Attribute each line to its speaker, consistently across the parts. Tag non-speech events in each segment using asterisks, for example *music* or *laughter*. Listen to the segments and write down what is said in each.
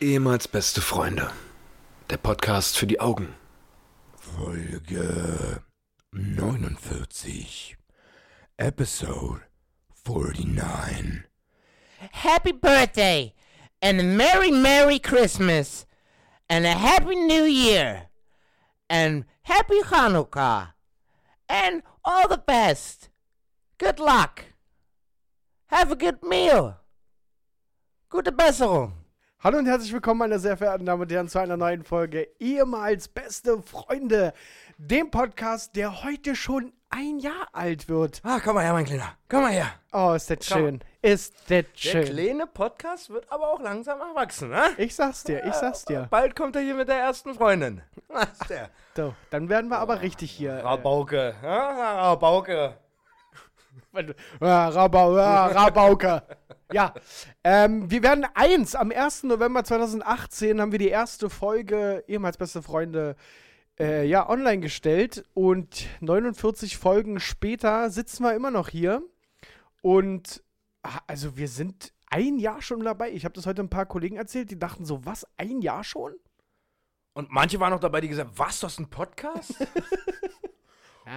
Speaker 1: Ehemals beste Freunde. Der Podcast für die Augen.
Speaker 2: Folge 49. Episode 49.
Speaker 3: Happy birthday and a merry, merry Christmas and a happy new year and happy Hanukkah and all the best. Good luck. Have a good meal. Gute Besserung.
Speaker 4: Hallo und herzlich willkommen, meine sehr verehrten Damen und Herren, zu einer neuen Folge Ehemals Beste Freunde, dem Podcast, der heute schon ein Jahr alt wird.
Speaker 5: Ah, komm mal her, mein Kleiner. Komm mal her.
Speaker 4: Oh, ist das schön. Ist das schön.
Speaker 5: kleine Podcast wird aber auch langsam erwachsen, ne?
Speaker 4: Ich sag's dir, ich sag's dir.
Speaker 5: Bald kommt er hier mit der ersten Freundin. Was ist der?
Speaker 4: So, dann werden wir aber richtig hier. Äh,
Speaker 5: Rabauke. Ja, Rabauke.
Speaker 4: Ah, Rabau, ah, Rabauke. Ja, ähm, wir werden eins. Am 1. November 2018 haben wir die erste Folge ehemals beste Freunde äh, ja, online gestellt. Und 49 Folgen später sitzen wir immer noch hier. Und ah, also wir sind ein Jahr schon dabei. Ich habe das heute ein paar Kollegen erzählt, die dachten so, was, ein Jahr schon?
Speaker 5: Und manche waren noch dabei, die gesagt haben, was, das ist ein Podcast?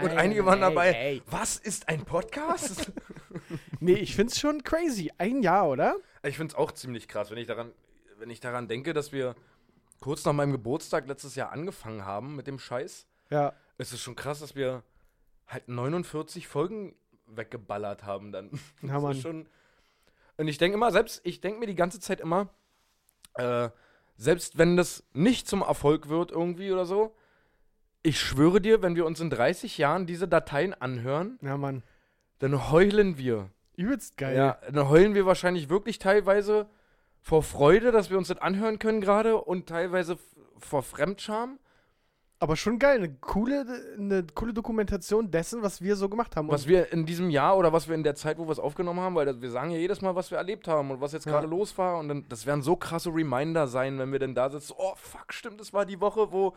Speaker 5: Und einige waren dabei, was ist ein Podcast?
Speaker 4: Nee, ich find's schon crazy. Ein Jahr, oder?
Speaker 5: *laughs* ich finde es auch ziemlich krass, wenn ich, daran, wenn ich daran denke, dass wir kurz nach meinem Geburtstag letztes Jahr angefangen haben mit dem Scheiß.
Speaker 4: Ja.
Speaker 5: Es ist schon krass, dass wir halt 49 Folgen weggeballert haben dann.
Speaker 4: Ja,
Speaker 5: Das
Speaker 4: Mann.
Speaker 5: ist schon. Und ich denke immer, selbst, ich denke mir die ganze Zeit immer, äh, selbst wenn das nicht zum Erfolg wird irgendwie oder so, ich schwöre dir, wenn wir uns in 30 Jahren diese Dateien anhören,
Speaker 4: Ja, Mann.
Speaker 5: dann heulen wir.
Speaker 4: Übelst geil.
Speaker 5: Ja, dann heulen wir wahrscheinlich wirklich teilweise vor Freude, dass wir uns das anhören können gerade und teilweise f- vor Fremdscham.
Speaker 4: Aber schon geil, eine coole, eine coole Dokumentation dessen, was wir so gemacht haben.
Speaker 5: was
Speaker 4: Und
Speaker 5: wir in diesem Jahr oder was wir in der Zeit, wo wir es aufgenommen haben, weil das- wir sagen ja jedes Mal, was wir erlebt haben und was jetzt gerade
Speaker 4: Ja.
Speaker 5: los war. Und dann, das werden so krasse Reminder sein, wenn wir denn da sitzen. Oh, fuck, stimmt, das war die Woche, wo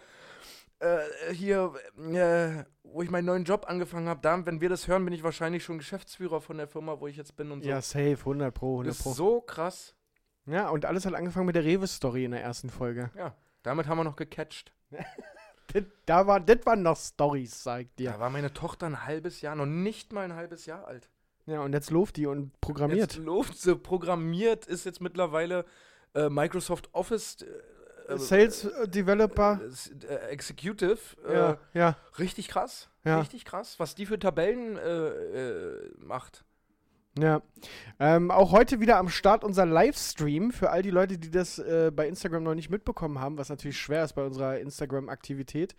Speaker 5: äh, hier, äh, wo ich meinen neuen Job angefangen habe. Da, wenn wir das hören, bin ich wahrscheinlich schon Geschäftsführer von der Firma, wo ich jetzt bin und so.
Speaker 4: ja, safe, 100 pro, 100
Speaker 5: das
Speaker 4: pro.
Speaker 5: ist so krass.
Speaker 4: ja, und alles hat angefangen mit der Rewe-Story in der ersten Folge.
Speaker 5: Ja, damit haben wir noch gecatcht.
Speaker 4: Das, da war, das waren noch Stories, sag ich
Speaker 5: Da
Speaker 4: dir.
Speaker 5: war meine Tochter ein halbes Jahr, noch nicht mal ein halbes Jahr alt.
Speaker 4: Ja, und jetzt läuft die und
Speaker 5: Jetzt
Speaker 4: programmiert.
Speaker 5: läuft sie, programmiert, ist jetzt mittlerweile äh, Microsoft Office äh,
Speaker 4: Sales äh, Developer.
Speaker 5: S- äh, Executive. Äh,
Speaker 4: ja, ja.
Speaker 5: richtig krass.
Speaker 4: Ja.
Speaker 5: Richtig krass, was die für Tabellen äh, äh, macht.
Speaker 4: Ja. Ähm, auch heute wieder am Start unser Livestream für all die Leute, die das äh, bei Instagram noch nicht mitbekommen haben, was natürlich schwer ist bei unserer Instagram-Aktivität.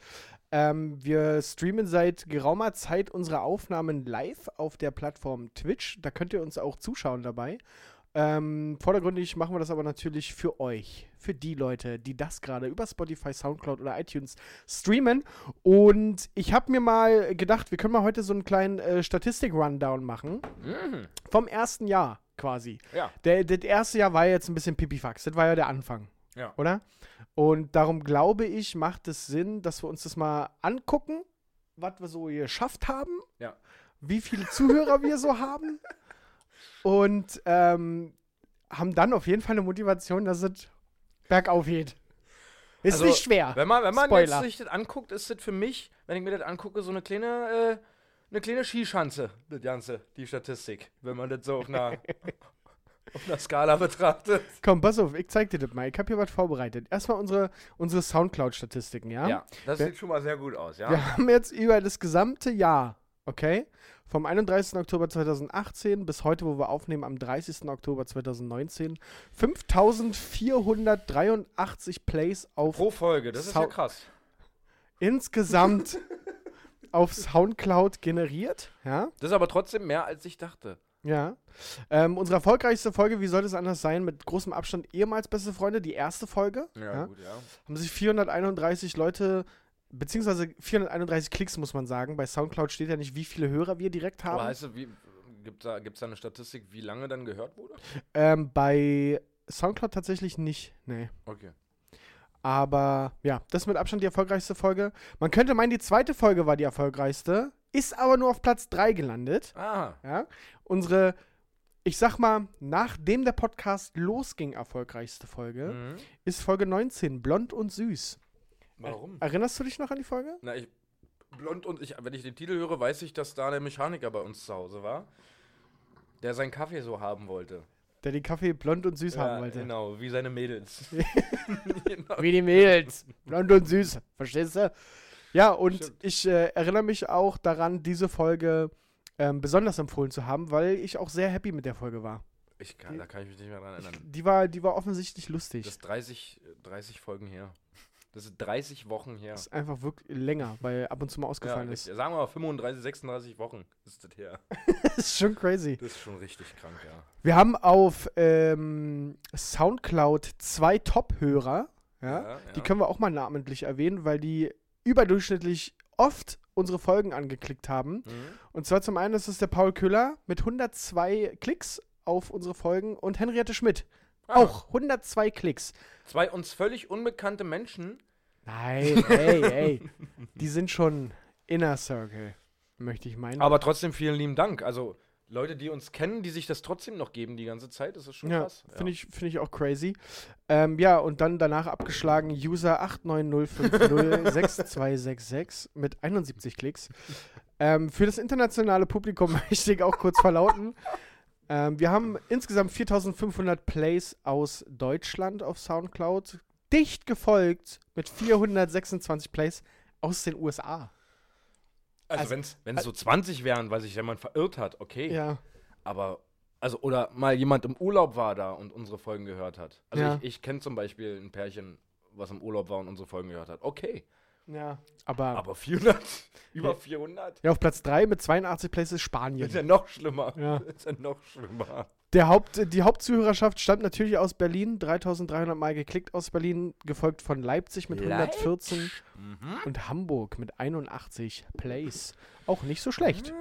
Speaker 4: Ähm, wir streamen seit geraumer Zeit unsere Aufnahmen live auf der Plattform Twitch. Da könnt ihr uns auch zuschauen dabei. Ähm, vordergründig machen wir das aber natürlich für euch, für die Leute, die das gerade über Spotify, Soundcloud oder iTunes streamen. Und ich habe mir mal gedacht, wir können mal heute so einen kleinen äh, Statistik-Rundown machen. Vom ersten Jahr quasi.
Speaker 5: Ja.
Speaker 4: Der, das erste Jahr war ja jetzt ein bisschen Pipifax. Das war ja der Anfang.
Speaker 5: Ja.
Speaker 4: Oder? Und darum glaube ich, macht es Sinn, dass wir uns das mal angucken, was wir so geschafft haben.
Speaker 5: Ja.
Speaker 4: Wie viele Zuhörer wir so haben. Und ähm, haben dann auf jeden Fall eine Motivation, dass es bergauf geht. Ist
Speaker 5: Also,
Speaker 4: nicht schwer.
Speaker 5: Wenn man, wenn man jetzt
Speaker 4: Spoiler.
Speaker 5: sich das anguckt, ist das für mich, wenn ich mir das angucke, so eine kleine, äh, eine kleine Skischanze, das Ganze, die Statistik. Wenn man das so
Speaker 4: *laughs*
Speaker 5: auf einer, auf einer Skala betrachtet.
Speaker 4: Komm, pass auf, ich zeig dir das mal. Ich habe hier was vorbereitet. Erstmal unsere, unsere Soundcloud-Statistiken, ja?
Speaker 5: das
Speaker 4: Wer-
Speaker 5: sieht schon mal sehr gut aus, ja?
Speaker 4: Wir haben jetzt über das gesamte Jahr, okay? Vom 31. Oktober 2018 bis heute, wo wir aufnehmen, am 30. Oktober 2019, 5483 Plays auf
Speaker 5: Pro Folge, das ist ja
Speaker 4: Sau-
Speaker 5: krass. *laughs*
Speaker 4: insgesamt auf Soundcloud generiert, ja?
Speaker 5: Das ist aber trotzdem mehr, als ich dachte.
Speaker 4: Ja. Ähm, unsere erfolgreichste Folge, wie sollte es anders sein, mit großem Abstand ehemals beste Freunde, die erste Folge.
Speaker 5: gut, ja.
Speaker 4: haben sich 431 Leute, beziehungsweise 431 Klicks, muss man sagen. Bei Soundcloud steht ja nicht, wie viele Hörer wir direkt haben.
Speaker 5: Aber heißt das, wie, gibt es da, gibt's da eine Statistik, wie lange dann gehört wurde?
Speaker 4: Ähm, bei Soundcloud tatsächlich nicht, nee.
Speaker 5: Okay.
Speaker 4: Aber ja, das ist mit Abstand die erfolgreichste Folge. Man könnte meinen, die zweite Folge war die erfolgreichste, ist aber nur auf Platz 3 gelandet.
Speaker 5: Ah,
Speaker 4: Ja? Unsere ich sag mal, nachdem der Podcast losging, erfolgreichste Folge, ist Folge 19, Blond und Süß.
Speaker 5: Warum?
Speaker 4: Erinnerst du dich noch an die Folge?
Speaker 5: Na, ich. Blond und ich, wenn ich den Titel höre, weiß ich, dass da der Mechaniker bei uns zu Hause war, der seinen Kaffee so haben wollte.
Speaker 4: Der den Kaffee blond und süß haben wollte.
Speaker 5: Genau, wie
Speaker 4: *laughs*
Speaker 5: seine Mädels. genau.
Speaker 4: Wie die Mädels. Blond und süß. Verstehst du? Ja, und ich äh, erinnere mich auch daran, diese Folge ähm, besonders empfohlen zu haben, weil ich auch sehr happy mit der Folge war.
Speaker 5: Ich kann, da kann ich mich nicht mehr dran erinnern.
Speaker 4: Die war, die war offensichtlich lustig.
Speaker 5: Das ist 30, 30 Folgen her. Das sind 30 Wochen her.
Speaker 4: ist einfach wirklich länger, weil ab und zu mal ausgefallen
Speaker 5: Ja,
Speaker 4: ist.
Speaker 5: richtig. Sagen wir mal 35, 36 Wochen ist
Speaker 4: *laughs*
Speaker 5: das her.
Speaker 4: Das ist schon crazy.
Speaker 5: Das ist schon richtig krank, ja.
Speaker 4: Wir haben auf ähm, Soundcloud zwei Top-Hörer. Ja? Die können wir auch mal namentlich erwähnen, weil die überdurchschnittlich oft unsere Folgen angeklickt haben.
Speaker 5: Mhm.
Speaker 4: Und zwar zum einen ist es der Paul Köhler mit 102 Klicks auf unsere Folgen und Henriette Schmidt.
Speaker 5: Ah.
Speaker 4: Auch 102 Klicks.
Speaker 5: Zwei uns völlig unbekannte Menschen.
Speaker 4: Nein, ey, ey. Die sind schon Inner Circle, möchte ich meinen.
Speaker 5: Aber trotzdem vielen lieben Dank. Also Leute, die uns kennen, die sich das trotzdem noch geben die ganze Zeit, das ist schon
Speaker 4: Ja,
Speaker 5: krass.
Speaker 4: finde ich, find ich auch crazy. Ähm, ja, und dann danach abgeschlagen User 890506266 mit 71 Klicks. Ähm, für das internationale Publikum *laughs* möchte ich auch kurz verlauten. Ähm, wir haben insgesamt 4500 Plays aus Deutschland auf Soundcloud, dicht gefolgt mit 426 Plays aus den USA.
Speaker 5: Also,
Speaker 4: Also-
Speaker 5: wenn's wenn es so 20 wären, weil sich jemand verirrt hat, okay.
Speaker 4: Ja.
Speaker 5: Aber, also, oder mal jemand im Urlaub war da und unsere Folgen gehört hat. Also
Speaker 4: Ja.
Speaker 5: ich, ich kenne zum Beispiel ein Pärchen, was im Urlaub war und unsere Folgen gehört hat. Okay.
Speaker 4: Ja. Aber,
Speaker 5: Aber 400? *laughs* Über 400?
Speaker 4: ja, auf Platz 3 mit 82 Plays ist Spanien. *laughs*
Speaker 5: Ist ja noch schlimmer.
Speaker 4: Ja.
Speaker 5: Ist ja noch schlimmer.
Speaker 4: Der Haupt, die Hauptzuhörerschaft stammt natürlich aus Berlin, 3300 Mal geklickt aus Berlin, gefolgt von Leipzig mit 114 und Hamburg mit 81 Plays. Auch nicht so schlecht.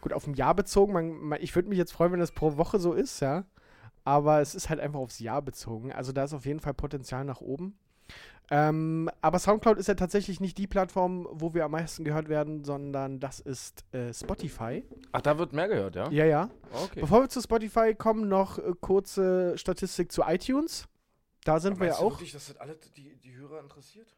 Speaker 4: Gut, auf ein Jahr bezogen, man, man, ich würde mich jetzt freuen, wenn das pro Woche so ist, ja. Aber es ist halt einfach aufs Jahr bezogen. Also da ist auf jeden Fall Potenzial nach oben. Ähm, aber Soundcloud ist ja tatsächlich nicht die Plattform, wo wir am meisten gehört werden, sondern das ist äh, Spotify.
Speaker 5: Ach, da wird mehr gehört, ja?
Speaker 4: Ja, ja.
Speaker 5: Okay.
Speaker 4: Bevor wir zu Spotify kommen, noch äh, kurze Statistik zu iTunes. Da sind wir ja auch.
Speaker 5: dass das alle die, die Hörer interessiert?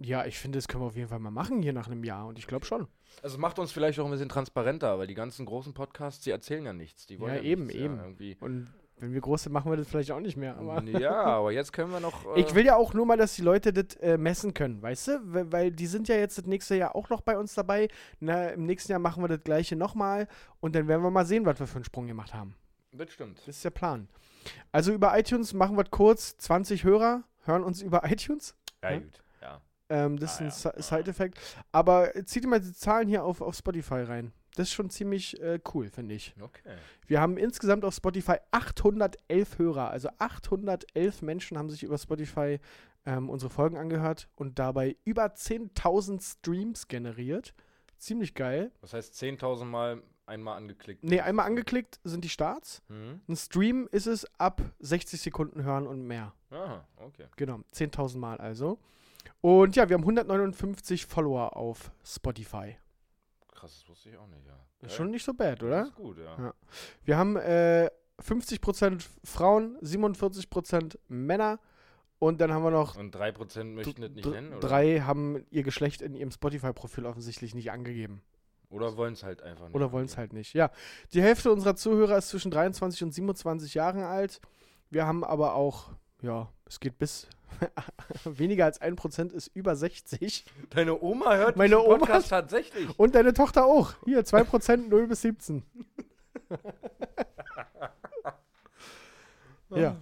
Speaker 4: Ja, ich finde, das können wir auf jeden Fall mal machen hier nach einem Jahr und ich glaube schon.
Speaker 5: Also macht uns vielleicht auch ein bisschen transparenter, weil die ganzen großen Podcasts, die erzählen ja nichts. Die wollen
Speaker 4: Ja,
Speaker 5: ja,
Speaker 4: eben,
Speaker 5: nichts,
Speaker 4: eben.
Speaker 5: Ja, irgendwie.
Speaker 4: Und wenn wir groß sind, machen wir das vielleicht auch nicht mehr. Aber
Speaker 5: *laughs* ja, aber jetzt können wir noch. äh,
Speaker 4: ich will ja auch nur mal, dass die Leute das äh, messen können, weißt du? We- Weil die sind ja jetzt das nächste Jahr auch noch bei uns dabei. Na, Im nächsten Jahr machen wir das gleiche nochmal und dann werden wir mal sehen, was wir für einen Sprung gemacht haben.
Speaker 5: äh, Das stimmt.
Speaker 4: Das ist der Plan. Also über iTunes machen wir es kurz. 20 Hörer hören uns über *laughs* iTunes.
Speaker 5: Ja,
Speaker 4: Ja?
Speaker 5: gut. Ja.
Speaker 4: Ähm, das
Speaker 5: Ah,
Speaker 4: ist ein Si- Side-Effekt. Aber äh, zieht ihr mal die Zahlen hier auf, auf Spotify rein. Das ist schon ziemlich äh, cool, finde ich.
Speaker 5: Okay.
Speaker 4: Wir haben insgesamt auf Spotify 811 Hörer. Also 811 Menschen haben sich über Spotify ähm, unsere Folgen angehört und dabei über 10.000 Streams generiert. Ziemlich geil.
Speaker 5: Das heißt 10.000 Mal einmal angeklickt.
Speaker 4: Ne, einmal angeklickt sind die Starts.
Speaker 5: Hm?
Speaker 4: Ein Stream ist es ab 60 Sekunden hören und mehr.
Speaker 5: Aha, okay.
Speaker 4: Genau, 10.000 Mal also. Und ja, wir haben 159 Follower auf Spotify.
Speaker 5: Krass, das wusste ich auch nicht, ja.
Speaker 4: Ist
Speaker 5: Geil.
Speaker 4: schon nicht so bad,
Speaker 5: Das
Speaker 4: oder?
Speaker 5: Ist gut, ja.
Speaker 4: Ja. Wir haben äh, 50% Frauen, 47% Männer und dann haben wir noch
Speaker 5: Und 3% möchten das nicht
Speaker 4: dr-
Speaker 5: nennen, oder?
Speaker 4: drei haben ihr Geschlecht in ihrem Spotify-Profil offensichtlich nicht angegeben.
Speaker 5: Oder wollen es halt einfach nicht.
Speaker 4: Oder wollen es halt nicht. Ja, die Hälfte unserer Zuhörer ist zwischen 23 und 27 Jahren alt. Wir haben aber auch, ja, es geht bis *laughs* weniger als 1% ist über 60.
Speaker 5: Deine Oma hört
Speaker 4: Meine
Speaker 5: diesen
Speaker 4: Oma-
Speaker 5: Podcast tatsächlich.
Speaker 4: Und deine Tochter auch. Hier, *laughs* 2% 0 bis 17. *laughs* ja.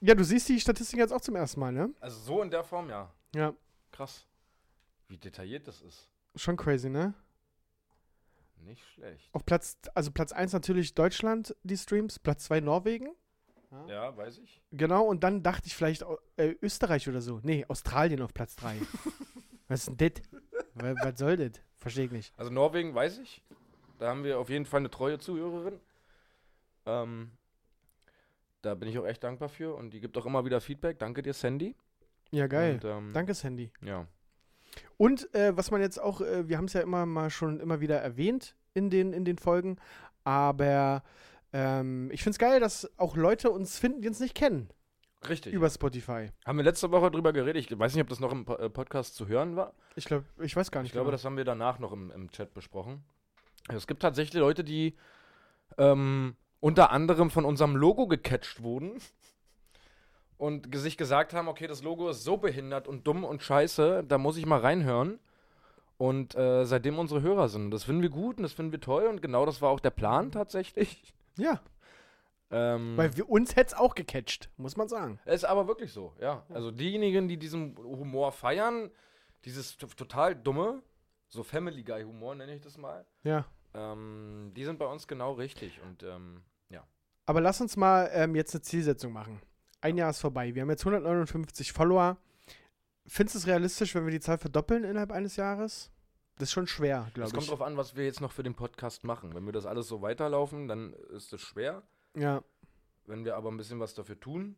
Speaker 4: Ja, du siehst die Statistik jetzt auch zum ersten Mal, ne?
Speaker 5: Also so in der Form, ja.
Speaker 4: Ja.
Speaker 5: Krass. Wie detailliert das ist.
Speaker 4: Schon crazy, ne?
Speaker 5: Nicht schlecht.
Speaker 4: Auf Platz, also Platz 1 natürlich Deutschland, die Streams, Platz 2 Norwegen.
Speaker 5: Ja, weiß ich.
Speaker 4: Genau, und dann dachte ich vielleicht au- äh, Österreich oder so. Nee, Australien auf Platz *laughs* 3. was ist denn das? Wa- Was soll das? Verstehe ich nicht.
Speaker 5: Also Norwegen weiß ich. Da haben wir auf jeden Fall eine treue Zuhörerin. Ähm, da bin ich auch echt dankbar für und die gibt auch immer wieder Feedback. Danke dir, Sandy.
Speaker 4: Ja, geil.
Speaker 5: Und, ähm,
Speaker 4: Danke, Sandy.
Speaker 5: Ja.
Speaker 4: Und äh, was man jetzt auch, äh, wir haben es ja immer mal schon immer wieder erwähnt in den, in den Folgen, aber Ähm, ich find's geil, dass auch Leute uns finden, die uns nicht kennen.
Speaker 5: Richtig.
Speaker 4: Über Spotify.
Speaker 5: haben wir letzte Woche drüber geredet. Ich weiß nicht, ob das noch im Po- äh, Podcast zu hören war.
Speaker 4: Ich glaube, ich weiß gar nicht.
Speaker 5: Ich glaube,
Speaker 4: genau.
Speaker 5: das haben wir danach noch im, im Chat besprochen. Also Es gibt tatsächlich Leute, die ähm, unter anderem von unserem Logo gecatcht wurden *laughs* und ge- sich gesagt haben, okay, das Logo ist so behindert und dumm und scheiße, da muss ich mal reinhören. Und äh, seitdem unsere Hörer sind. Das finden wir gut und das finden wir toll und genau das war auch der
Speaker 4: *laughs*
Speaker 5: Plan tatsächlich.
Speaker 4: ja,
Speaker 5: Ähm,
Speaker 4: weil wir, uns hätt's auch gecatcht, muss man sagen.
Speaker 5: Ist aber wirklich so, ja. Also diejenigen, die diesen Humor feiern, dieses t- total dumme, so Family Guy Humor nenne ich das mal,
Speaker 4: Ja.
Speaker 5: ähm, die sind bei uns genau richtig. Und ähm, ja,
Speaker 4: Aber lass uns mal ähm, jetzt eine Zielsetzung machen. Ein Jahr ist vorbei. Wir haben jetzt 159 Follower. Findest du es realistisch, wenn wir die Zahl verdoppeln innerhalb eines Jahres? Das ist schon schwer,
Speaker 5: es
Speaker 4: glaube
Speaker 5: kommt
Speaker 4: ich.
Speaker 5: drauf an, was wir jetzt noch für den Podcast machen. Wenn wir das alles so weiterlaufen, dann ist es schwer.
Speaker 4: Ja.
Speaker 5: Wenn wir aber ein bisschen was dafür tun,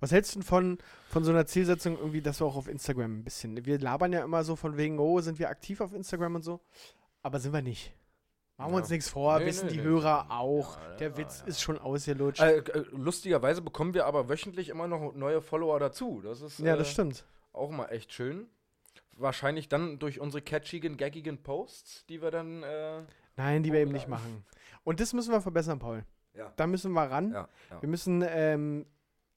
Speaker 4: Was hältst du denn von, von so einer Zielsetzung irgendwie, dass wir auch auf Instagram ein bisschen. Wir labern ja immer so von wegen, oh, sind wir aktiv auf Instagram und so. Aber sind wir nicht. Machen wir
Speaker 5: Ja.
Speaker 4: uns nichts vor,
Speaker 5: Nee,
Speaker 4: wissen
Speaker 5: nee,
Speaker 4: die
Speaker 5: nee.
Speaker 4: Hörer auch.
Speaker 5: Ja,
Speaker 4: Der
Speaker 5: ja,
Speaker 4: Witz
Speaker 5: ja.
Speaker 4: ist schon ausgelutscht.
Speaker 5: äh, äh, lustigerweise bekommen wir aber wöchentlich immer noch neue Follower dazu. Das ist
Speaker 4: ja, das
Speaker 5: äh,
Speaker 4: stimmt.
Speaker 5: auch mal echt schön. Wahrscheinlich dann durch unsere catchigen, gaggigen Posts, die wir dann
Speaker 4: Mhm.
Speaker 5: äh,
Speaker 4: Nein, die wir eben
Speaker 5: Hochgeladen.
Speaker 4: nicht machen. Und das müssen wir verbessern, Paul.
Speaker 5: Ja.
Speaker 4: Da müssen wir ran.
Speaker 5: Ja, ja.
Speaker 4: Wir müssen, ähm,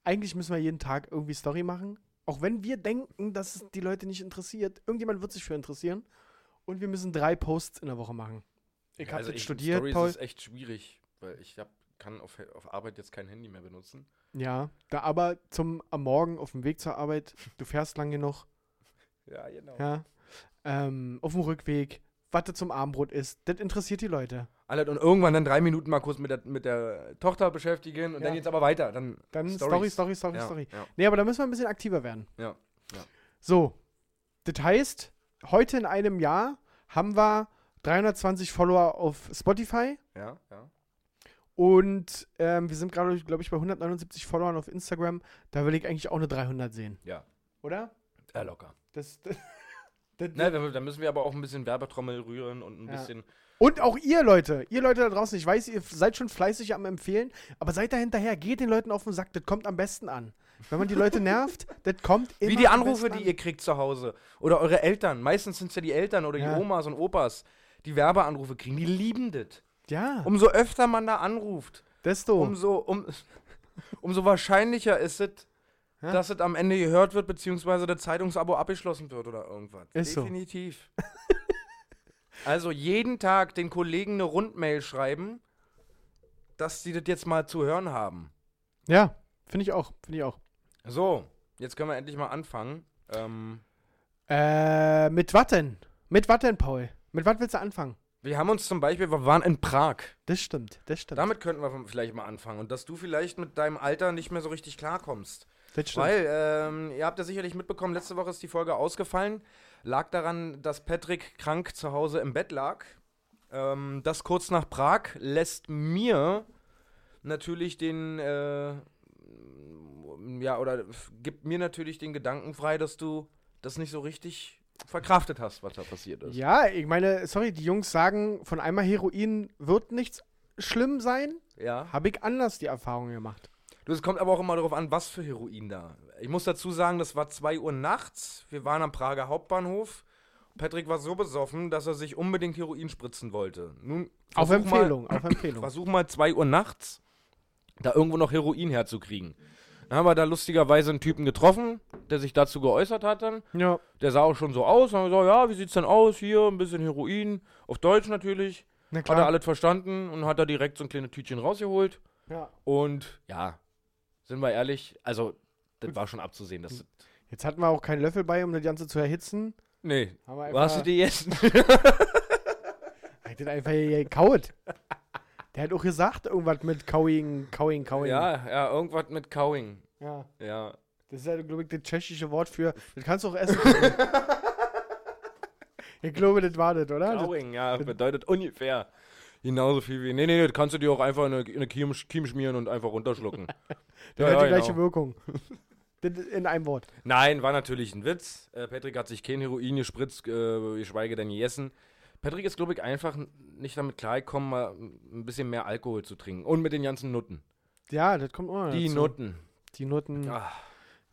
Speaker 4: eigentlich müssen wir jeden Tag irgendwie Story machen. Auch wenn wir denken, dass es die Leute nicht interessiert. Irgendjemand wird sich für interessieren. Und wir müssen drei Posts in der Woche machen. Ich habe
Speaker 5: Also
Speaker 4: jetzt studiert,
Speaker 5: Stories
Speaker 4: Paul.
Speaker 5: ist echt schwierig, weil ich hab, kann auf, auf Arbeit jetzt kein Handy mehr benutzen.
Speaker 4: Ja, da aber zum am Morgen auf dem Weg zur Arbeit, du fährst lang genug,
Speaker 5: Ja, genau.
Speaker 4: ja, ähm, auf dem Rückweg, Watte zum Abendbrot ist, das interessiert die Leute.
Speaker 5: Alter, und irgendwann dann drei Minuten mal kurz mit der, mit der Tochter beschäftigen und
Speaker 4: Ja.
Speaker 5: dann geht's aber weiter. Dann,
Speaker 4: Dann Story,
Speaker 5: Stories.
Speaker 4: Story, Story,
Speaker 5: ja,
Speaker 4: Story.
Speaker 5: Ja.
Speaker 4: Nee, aber da müssen wir ein bisschen aktiver werden.
Speaker 5: Ja, ja.
Speaker 4: So, das heißt, heute in einem Jahr haben wir 320 Follower auf Spotify
Speaker 5: Ja, ja.
Speaker 4: und ähm, wir sind gerade, glaube ich, bei 179 Followern auf Instagram. Da will ich eigentlich auch eine 300 sehen.
Speaker 5: Ja.
Speaker 4: Oder?
Speaker 5: Ja, locker.
Speaker 4: Das, *laughs* das, das,
Speaker 5: Na, dann, dann müssen wir aber auch ein bisschen Werbetrommel rühren und ein
Speaker 4: Ja.
Speaker 5: bisschen.
Speaker 4: Und auch ihr Leute, ihr Leute da draußen, ich weiß, ihr seid schon fleißig am Empfehlen, aber seid da hinterher, geht den Leuten auf den Sack, das kommt am besten an. Wenn man die Leute
Speaker 5: *laughs*
Speaker 4: nervt, das kommt immer
Speaker 5: Wie die
Speaker 4: am
Speaker 5: Anrufe,
Speaker 4: besten
Speaker 5: die
Speaker 4: an.
Speaker 5: ihr kriegt zu Hause. Oder eure Eltern. Meistens sind es ja die Eltern oder
Speaker 4: Ja.
Speaker 5: die Omas und Opas, die Werbeanrufe kriegen. Die lieben das.
Speaker 4: Ja,
Speaker 5: Umso öfter man da anruft,
Speaker 4: desto.
Speaker 5: umso, um, *laughs* umso wahrscheinlicher ist es,
Speaker 4: Ja.
Speaker 5: dass es am Ende gehört wird, beziehungsweise das Zeitungsabo abgeschlossen wird oder irgendwas.
Speaker 4: Ist so.
Speaker 5: Definitiv. *laughs* also jeden Tag den Kollegen eine Rundmail schreiben, dass sie das jetzt mal zu hören haben.
Speaker 4: ja, finde ich auch, finde ich auch.
Speaker 5: So, jetzt können wir endlich mal anfangen. Ähm,
Speaker 4: Äh, mit was denn? Mit was denn, Paul? Mit was willst du anfangen?
Speaker 5: wir haben uns zum Beispiel, wir waren in Prag.
Speaker 4: Das stimmt, das stimmt.
Speaker 5: Damit könnten wir vielleicht mal anfangen. Und dass du vielleicht mit deinem Alter nicht mehr so richtig klarkommst.
Speaker 4: das stimmt.
Speaker 5: Weil, ähm, ihr habt ja sicherlich mitbekommen, letzte Woche ist die Folge ausgefallen. Lag daran, dass Patrick krank zu Hause im Bett lag. Ähm, das kurz nach Prag lässt mir natürlich den, äh, ja, oder f- gibt mir natürlich den Gedanken frei, dass du das nicht so richtig verkraftet hast, was da passiert ist.
Speaker 4: ja, ich meine, sorry, die Jungs sagen, von einmal Heroin wird nichts schlimm sein.
Speaker 5: ja.
Speaker 4: Habe ich anders die Erfahrung gemacht.
Speaker 5: Du, es kommt aber auch immer darauf an, was für Heroin da. Ich muss dazu sagen, das war 2 Uhr nachts. Wir waren am Prager Hauptbahnhof. Patrick war so besoffen, dass er sich unbedingt Heroin spritzen wollte. Nun,
Speaker 4: Auf
Speaker 5: versuch mal-
Speaker 4: Empfehlung,
Speaker 5: *clears throat*
Speaker 4: auf Empfehlung.
Speaker 5: Versuch mal 2 Uhr nachts da irgendwo noch Heroin herzukriegen. Dann haben wir da lustigerweise einen Typen getroffen, der sich dazu geäußert hat dann.
Speaker 4: Ja.
Speaker 5: Der sah auch schon so aus. Dann haben wir gesagt, ja, wie sieht's denn aus? Hier ein bisschen Heroin. Auf Deutsch natürlich.
Speaker 4: Na
Speaker 5: Hat er alles verstanden und hat da direkt so ein kleines Tütchen rausgeholt.
Speaker 4: ja.
Speaker 5: Und ja, sind wir ehrlich, also das war schon abzusehen, dass.
Speaker 4: Jetzt hatten wir auch keinen Löffel bei, um das Ganze zu erhitzen.
Speaker 5: Nee,
Speaker 4: Haben wir einfach,
Speaker 5: warst du dir jetzt?
Speaker 4: Hab ich den einfach hier gekaut. Der hat auch gesagt, irgendwas mit Kauing, Kauing, Kauing.
Speaker 5: *laughs* ja, ja, irgendwas mit Cowing.
Speaker 4: Ja.
Speaker 5: Ja.
Speaker 4: Das ist ja, glaube ich, das tschechische Wort für. Das kannst du auch *laughs* essen. ich glaube, das war das, oder? Das,
Speaker 5: Cowing, ja, bedeutet ungefähr. Genauso viel wie. Nee, nee, nee, das kannst du dir auch einfach in eine, in eine Kiem, Kiem schmieren und einfach *laughs* runterschlucken.
Speaker 4: das
Speaker 5: Ja,
Speaker 4: hat die
Speaker 5: ja,
Speaker 4: gleiche
Speaker 5: genau.
Speaker 4: Wirkung. Das ist in einem Wort.
Speaker 5: Nein, war natürlich ein Witz. Äh, Patrick hat sich kein Heroin gespritzt, äh, geschweige denn gegessen. Patrick ist, glaube ich, einfach n- nicht damit klargekommen, mal ein bisschen mehr Alkohol zu trinken. Und mit den ganzen Nutten.
Speaker 4: Ja, das kommt immer
Speaker 5: Die
Speaker 4: dazu.
Speaker 5: Nutten.
Speaker 4: Die Nutten.
Speaker 5: Ah.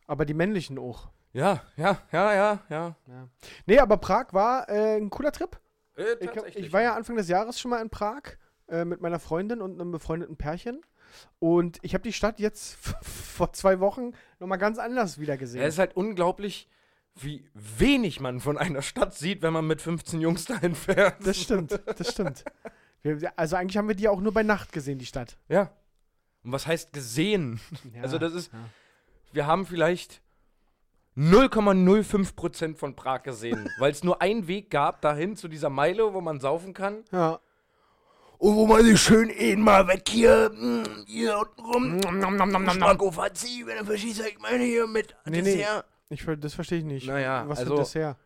Speaker 4: Aber die männlichen auch.
Speaker 5: Ja, ja, ja, ja, ja.
Speaker 4: Nee, aber Prag war äh, ein cooler Trip.
Speaker 5: Äh,
Speaker 4: Ich, hab,
Speaker 5: tatsächlich.
Speaker 4: ich war ja Anfang des Jahres schon mal in Prag äh, mit meiner Freundin und einem befreundeten Pärchen. Und ich habe die Stadt jetzt *laughs* vor zwei Wochen nochmal ganz anders wieder gesehen.
Speaker 5: Ja, Es ist halt unglaublich, wie wenig man von einer Stadt sieht, wenn man mit 15 Jungs *laughs* dahin fährt.
Speaker 4: das stimmt, das stimmt. Wir, also eigentlich haben wir die auch nur bei Nacht gesehen, die Stadt.
Speaker 5: Ja. Und was heißt gesehen? also das ist, wir haben vielleicht 0,05% von Prag *laughs* gesehen, weil es nur einen Weg gab dahin zu dieser Meile, wo man saufen kann.
Speaker 4: Ja.
Speaker 5: Und wo man sich schön eh mal weg hier, mm, hier unten rum,
Speaker 4: Nom, nom, nom, nom, nom.
Speaker 5: Marco Fazzi, wenn du verstehst, was ich meine hier mit
Speaker 4: Nee, nee. Ich, ver- das verstehe ich nicht.
Speaker 5: Naja,
Speaker 4: Was
Speaker 5: also-
Speaker 4: für Dessert?